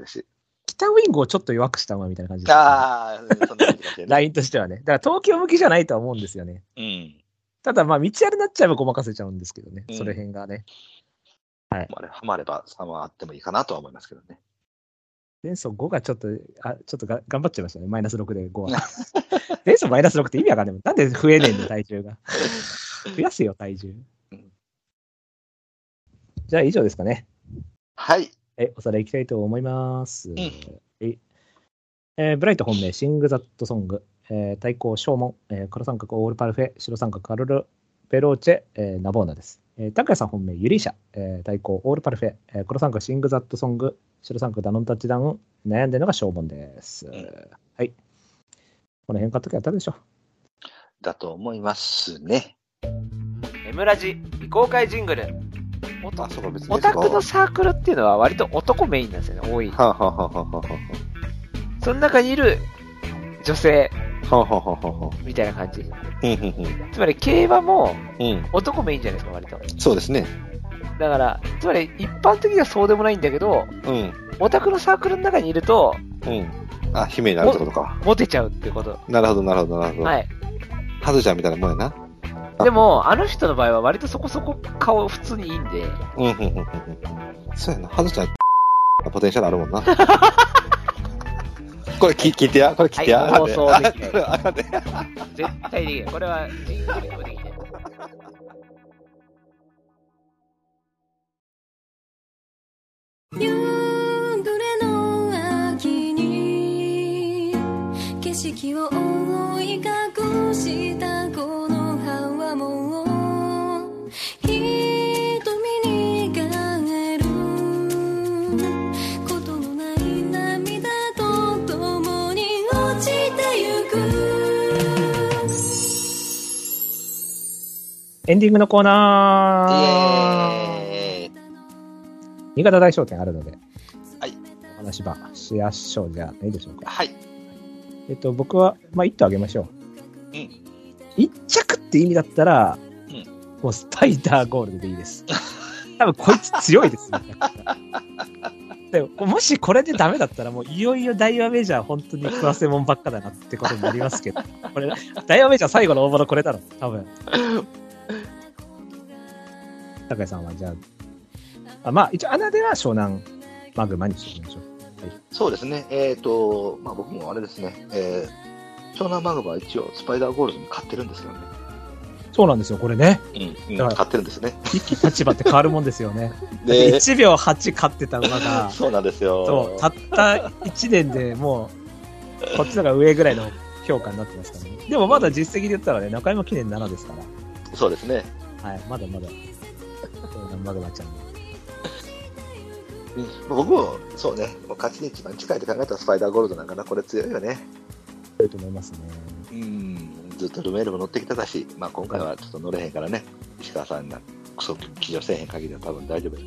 [SPEAKER 2] ウィングをちょっと弱くした馬みたいな感じですね
[SPEAKER 1] ああ、そんな感じかも しれな
[SPEAKER 2] ラ
[SPEAKER 1] い。
[SPEAKER 2] インとしてはね。だから東京向きじゃないとは思うんですよね。
[SPEAKER 1] うん。
[SPEAKER 2] ただまあ、道あれになっちゃえばごまかせちゃうんですけどね。
[SPEAKER 1] うん
[SPEAKER 2] その辺がね。
[SPEAKER 1] まあね、はまれば3はあってもいいかなとは思いますけどね。
[SPEAKER 2] 前走5がちょっと、あ、ちょっとが頑張っちゃいましたね。マイナス6で5は。前 走マイナス6って意味わかんない。なんで増えねえんだよ、体 重が。増やせよ、体重
[SPEAKER 1] うん。
[SPEAKER 2] じゃあ以上ですかね。
[SPEAKER 1] はい。
[SPEAKER 2] え、おさらいいきたいと思います。
[SPEAKER 1] ん
[SPEAKER 2] はいえーブライト本命、シング・ザット・ソング、えー対抗、ショーモン、えー黒三角、オール・パルフェ、白三角、カルル・ベローチェ、えーナボーナです。えー、拓也さん本命、ユリーシャ、えー対抗、オール・パルフェ、えー黒三角、シング・ザット・ソング、白三角、ダノン・タッチダウン、悩んでるのがショーモンです。
[SPEAKER 1] ん
[SPEAKER 2] はい。この辺買っときゃ当たるでしょ。
[SPEAKER 1] だと思いますね。
[SPEAKER 3] エムラジ未公開ジングルお
[SPEAKER 1] あ、そうか、別に。
[SPEAKER 3] オタクのサークルっていうのは割と男メインなんですよね、多い。
[SPEAKER 1] はあはあはあはあは
[SPEAKER 3] その中にいる女性
[SPEAKER 1] あはあはあはあはあ
[SPEAKER 3] みたいな感じ。
[SPEAKER 1] うんうん
[SPEAKER 3] つまり競馬も
[SPEAKER 1] うんうん
[SPEAKER 3] 男メインじゃないですか、割と。
[SPEAKER 1] そうですね。
[SPEAKER 3] だから、つまり一般的にはそうでもないんだけど、
[SPEAKER 1] うん。
[SPEAKER 3] オタクのサークルの中にいると、
[SPEAKER 1] うん。あ、姫になるってことか。
[SPEAKER 3] モテちゃうってこと。
[SPEAKER 1] なるほど、なるほど、なるほど。
[SPEAKER 3] はい。
[SPEAKER 1] はずちゃんみたいなもんやな。
[SPEAKER 3] でも、あの人の場合は割とそこそこ顔普通にいいん
[SPEAKER 1] う
[SPEAKER 3] で、
[SPEAKER 1] ん、うん、うんうん。うんそうやな。はずちゃん、 ポテンシャルあるもんな。 これ聞聞いてや、これ聞いてや。
[SPEAKER 3] はい放送 できない
[SPEAKER 1] あああで
[SPEAKER 3] 絶対できない。これは人類でもできない。
[SPEAKER 4] 夕暮れの秋に景色を覆い隠したこの葉はもう瞳に変えることのない涙と共に落ちてゆく
[SPEAKER 2] エンディングのコーナー
[SPEAKER 1] え
[SPEAKER 2] 新潟大商店あるので、
[SPEAKER 1] はい
[SPEAKER 2] お話ばしやしょうじゃないでしょう
[SPEAKER 1] ー
[SPEAKER 2] か。
[SPEAKER 1] はい。
[SPEAKER 2] えっと、僕は、まあ、一頭あげましょ
[SPEAKER 1] う
[SPEAKER 2] う。
[SPEAKER 1] ん
[SPEAKER 2] 一着って意味だったら、
[SPEAKER 1] うん
[SPEAKER 2] もうスパイダーゴールドでい いです。多分こいつ強いですね。でももしこれでダメだったら、もういよいよダイワメジャー本当に食わせもんばっかだなってことになりますけど、これ、ダイワメジャー最後の大物これだろ、多分。高井さんはじゃあ、あまあ一応穴では湘南マグマにしてみましょう。
[SPEAKER 1] そうですね。えっ、と、まあ僕もあれですね。えー、湘南マグマは一応スパイダーゴールドに買ってるんですよね。
[SPEAKER 2] そうなんですよ、これね。
[SPEAKER 1] うん、
[SPEAKER 2] だから
[SPEAKER 1] 買ってるんですね。
[SPEAKER 2] 一気立場って変わるもんですよね。
[SPEAKER 1] で
[SPEAKER 2] 1秒8勝ってた馬 が、
[SPEAKER 1] そうなんですよ。
[SPEAKER 2] そう、たった1年でもう、こっちのが上ぐらいの評価になってますからね。でもまだ実績で言ったらね、中山記念7ですか
[SPEAKER 1] そうですね。
[SPEAKER 2] ら、はい、まだまだ、湘南マグマちゃんに。
[SPEAKER 1] うん僕も、そうね、もう勝ちに一番近いと考えたらスパイダーゴールドなんかな、これ強いよね。
[SPEAKER 2] いると思いますね。
[SPEAKER 1] うん、ずっとルメールも乗ってきてたし、まあ、今回はちょっと乗れへんからね、石川さんがクソ騎乗せえへん限りは多分大丈夫で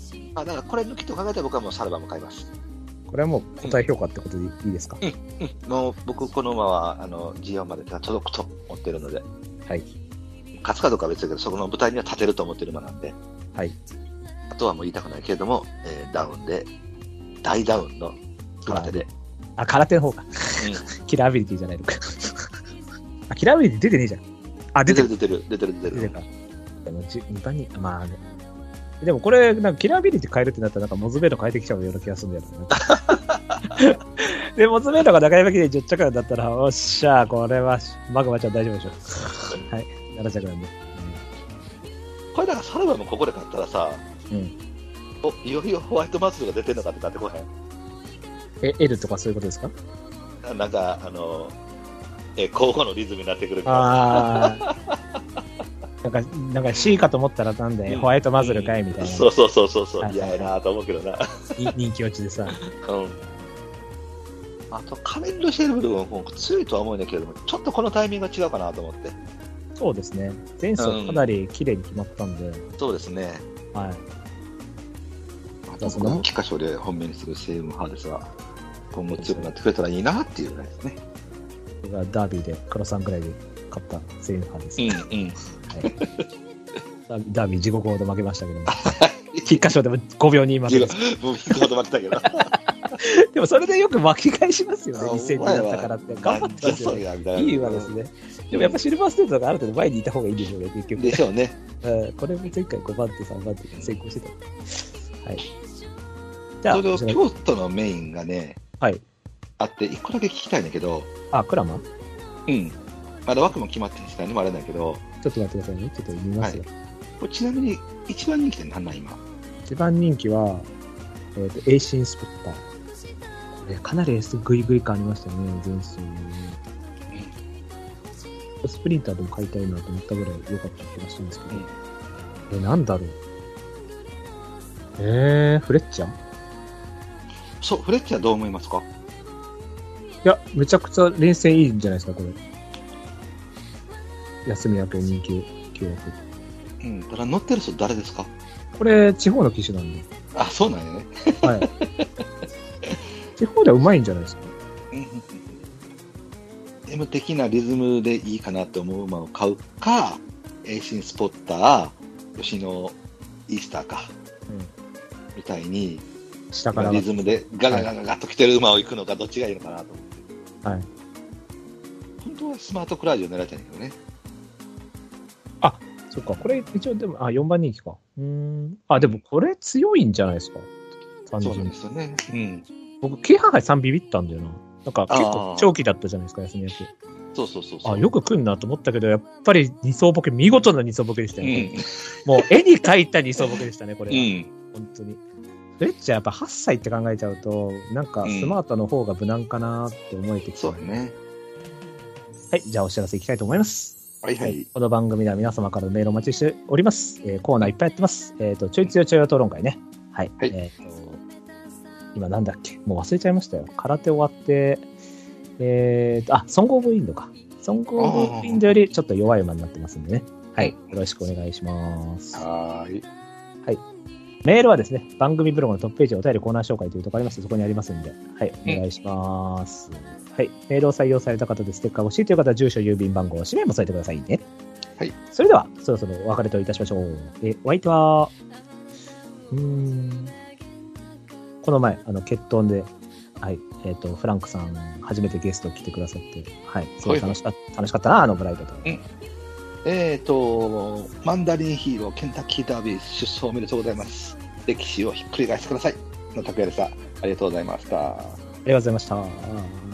[SPEAKER 1] すけど。あ、だからこれ抜きと考えたら僕はもうサルバも買います。
[SPEAKER 2] これはもう答え評価ってことでいいですか、
[SPEAKER 1] もう僕この馬はあの G4 まで届くと思ってるので、
[SPEAKER 2] はい。
[SPEAKER 1] 勝つかどうかは別だけど、そこの舞台には立てると思ってる馬なんで、
[SPEAKER 2] はい。
[SPEAKER 1] あとはもう言いたくないけれども、えーダウンで、大ダウンの空手で、
[SPEAKER 2] あ、空手の方か。 キラーアビリティじゃないのか。あ、キラーアビリティ出てねえじゃん。あ、
[SPEAKER 1] 出
[SPEAKER 2] 出て
[SPEAKER 1] て
[SPEAKER 2] る
[SPEAKER 1] る出てる出てる出て
[SPEAKER 2] 出て
[SPEAKER 1] る。
[SPEAKER 2] るか。でも、じ2番に、まあね。でもこれ、なんかキラーアビリティ変えるってなったら、なんかモズベード変えてきちゃうような気がするんだよ な。で、モズベードが中山記念10着なんだったら、おっしゃー、これは、マグマちゃん大丈夫でしょう。はい、7着なんで。
[SPEAKER 1] これだからサルバもここで買ったらさ、
[SPEAKER 2] うん
[SPEAKER 1] おいよいよホワイトマスルが出てんのかって買ってこへん
[SPEAKER 2] え、L とかそういうことですか
[SPEAKER 1] ななんか、あの、えー、交互のリズムになってくるから。
[SPEAKER 2] ああ。なんか、なんか C かと思ったらなんで、ホワイトマズルかいみたいな
[SPEAKER 1] そうそうそうそうそ
[SPEAKER 2] は
[SPEAKER 1] う、
[SPEAKER 2] い
[SPEAKER 1] 嫌やなと思うけどな。
[SPEAKER 2] い人気落ちでさ。
[SPEAKER 1] うん。あと、仮面ロシェルブルも強いとは思うんだけれども、ちょっとこのタイミングが違うかなと思って。
[SPEAKER 2] そうですね。前走かなり綺麗に決まったんで、
[SPEAKER 1] そうですね。
[SPEAKER 2] はい。
[SPEAKER 1] あ
[SPEAKER 2] じゃ
[SPEAKER 1] と、
[SPEAKER 2] あそ
[SPEAKER 1] こ
[SPEAKER 2] の
[SPEAKER 1] の箇所で本命にするセーム派ですが、今後強くなってくれたらいいなっていうぐらいですね。
[SPEAKER 2] 僕がダービーで黒さんぐらいで勝ったセイン派です、
[SPEAKER 1] うん うん。
[SPEAKER 2] ダービー地獄ほど負けましたけども。 菊花賞でも5秒に負けです。
[SPEAKER 1] もう引くほど待ってたけど。
[SPEAKER 2] でもそれでよく巻き返しますよね。
[SPEAKER 1] あ
[SPEAKER 2] 2000人だったからって。頑張ってますよね。
[SPEAKER 1] なんだよ
[SPEAKER 2] いい馬ですね。でもやっぱシルバーステートとかある程度前にいた方がいいんでしょうね、結局。
[SPEAKER 1] でしょうね。
[SPEAKER 2] うんこれも前回5番手、3番手で成功してたんで。はい。じゃあ、
[SPEAKER 1] それを
[SPEAKER 2] こちら
[SPEAKER 1] 京都のメインがね、
[SPEAKER 2] はい
[SPEAKER 1] あって、一個だけ聞きたいんだけど、
[SPEAKER 2] あ、クラマち
[SPEAKER 1] うん。まだ枠も決まってるし、何もあれなんだけど、
[SPEAKER 2] ょっと待ってくださいね。ちょっと見ますよ。
[SPEAKER 1] これちなみに一番人気って何なん今。
[SPEAKER 2] 一番人気は、えっ、と、エイシンスポッター。これかなりエースグイグイ感ありましたよね、前走ね。スプリンターでも買いたいなと思ったぐらい良かった気がしたんですけど。え、なんだろう。えー、フレッチャーい
[SPEAKER 1] そう、フレッチャーどう思いますか
[SPEAKER 2] や、めちゃくちゃ連戦いいんじゃないですか、これ。休み明け人気9億。
[SPEAKER 1] うん。ただ乗ってる人誰ですか
[SPEAKER 2] これ、地方の機種なんで。
[SPEAKER 1] あ、そうなんやね。
[SPEAKER 2] はい。地方ではうまいんじゃないですか。
[SPEAKER 1] うんうんうん M 的なリズムでいいかなと思う馬を買うか、エイシンスポッター、吉野イースターか、みたいに、
[SPEAKER 2] 下から
[SPEAKER 1] リズムでガガガガガッと来てる馬を行くのか、どっちがいいのかなと思って。
[SPEAKER 2] はい
[SPEAKER 1] 本当はスマートクラウジを狙いたいんだけどね。
[SPEAKER 2] そっか、これ一応でも、あ、4番人気か。うーん。あ、でもこれ強いんじゃないですか。単
[SPEAKER 1] そう
[SPEAKER 2] 純
[SPEAKER 1] なん
[SPEAKER 2] に
[SPEAKER 1] ですよね。うん。
[SPEAKER 2] 僕、京阪杯3ビビったんだよな。なんか結
[SPEAKER 1] あ
[SPEAKER 2] 構
[SPEAKER 1] ー
[SPEAKER 2] 長期だったじゃないですか、休み明け。
[SPEAKER 1] そうそうそうそう。
[SPEAKER 2] あ、よく来んなと思ったけど、やっぱり二層ボケ、見事な二層ボケでした
[SPEAKER 1] う
[SPEAKER 2] よ
[SPEAKER 1] ん。
[SPEAKER 2] ね。もう絵に描いた二層ボケでしたね、これ
[SPEAKER 1] う
[SPEAKER 2] は。
[SPEAKER 1] ん。
[SPEAKER 2] 本当に。フレッチャーやっぱ8歳って考えちゃうと、なんか
[SPEAKER 1] うん
[SPEAKER 2] スマートの方が無難かなって思えてきて、
[SPEAKER 1] そうやね。
[SPEAKER 2] はい、じゃあお知らせいきたいと思います。
[SPEAKER 1] はいはい。
[SPEAKER 2] この番組では皆様からのメールをお待ちしております。えーコーナーいっぱいやってます。えっ、と、ちょい強いちょいよ討論会ね。はい。
[SPEAKER 1] はい
[SPEAKER 2] えーと、今なんだっけもう忘れちゃいましたよ。空手終わって、えっ、と、あ、ソングオブウィンドか。ソングオブウィンドよりちょっと弱い馬になってますんでね。はい。よろしくお願いします。
[SPEAKER 1] はーい。
[SPEAKER 2] メールはですね、番組ブログのトップページにお便りコーナー紹介というところありますのでそこにありますんで、はい、お願いします。はい、メールを採用された方でステッカー欲しいという方は、住所、郵便番号、氏名も添えてくださいね。
[SPEAKER 1] はい。
[SPEAKER 2] それでは、そろそろお別れといたしましょう。え、お相手は、うーん、この前、あの、結婚で、はい、えっ、と、フランクさん、初めてゲスト来てくださって、はい、すごい楽しかった、楽しかったな、あのブライトと。
[SPEAKER 1] えーと、マンダリンヒーローケンタッキーダービー出走おめでとうございます。歴史をひっくり返してください。の拓也でした。ありがとうございました。
[SPEAKER 2] ありがとうございました。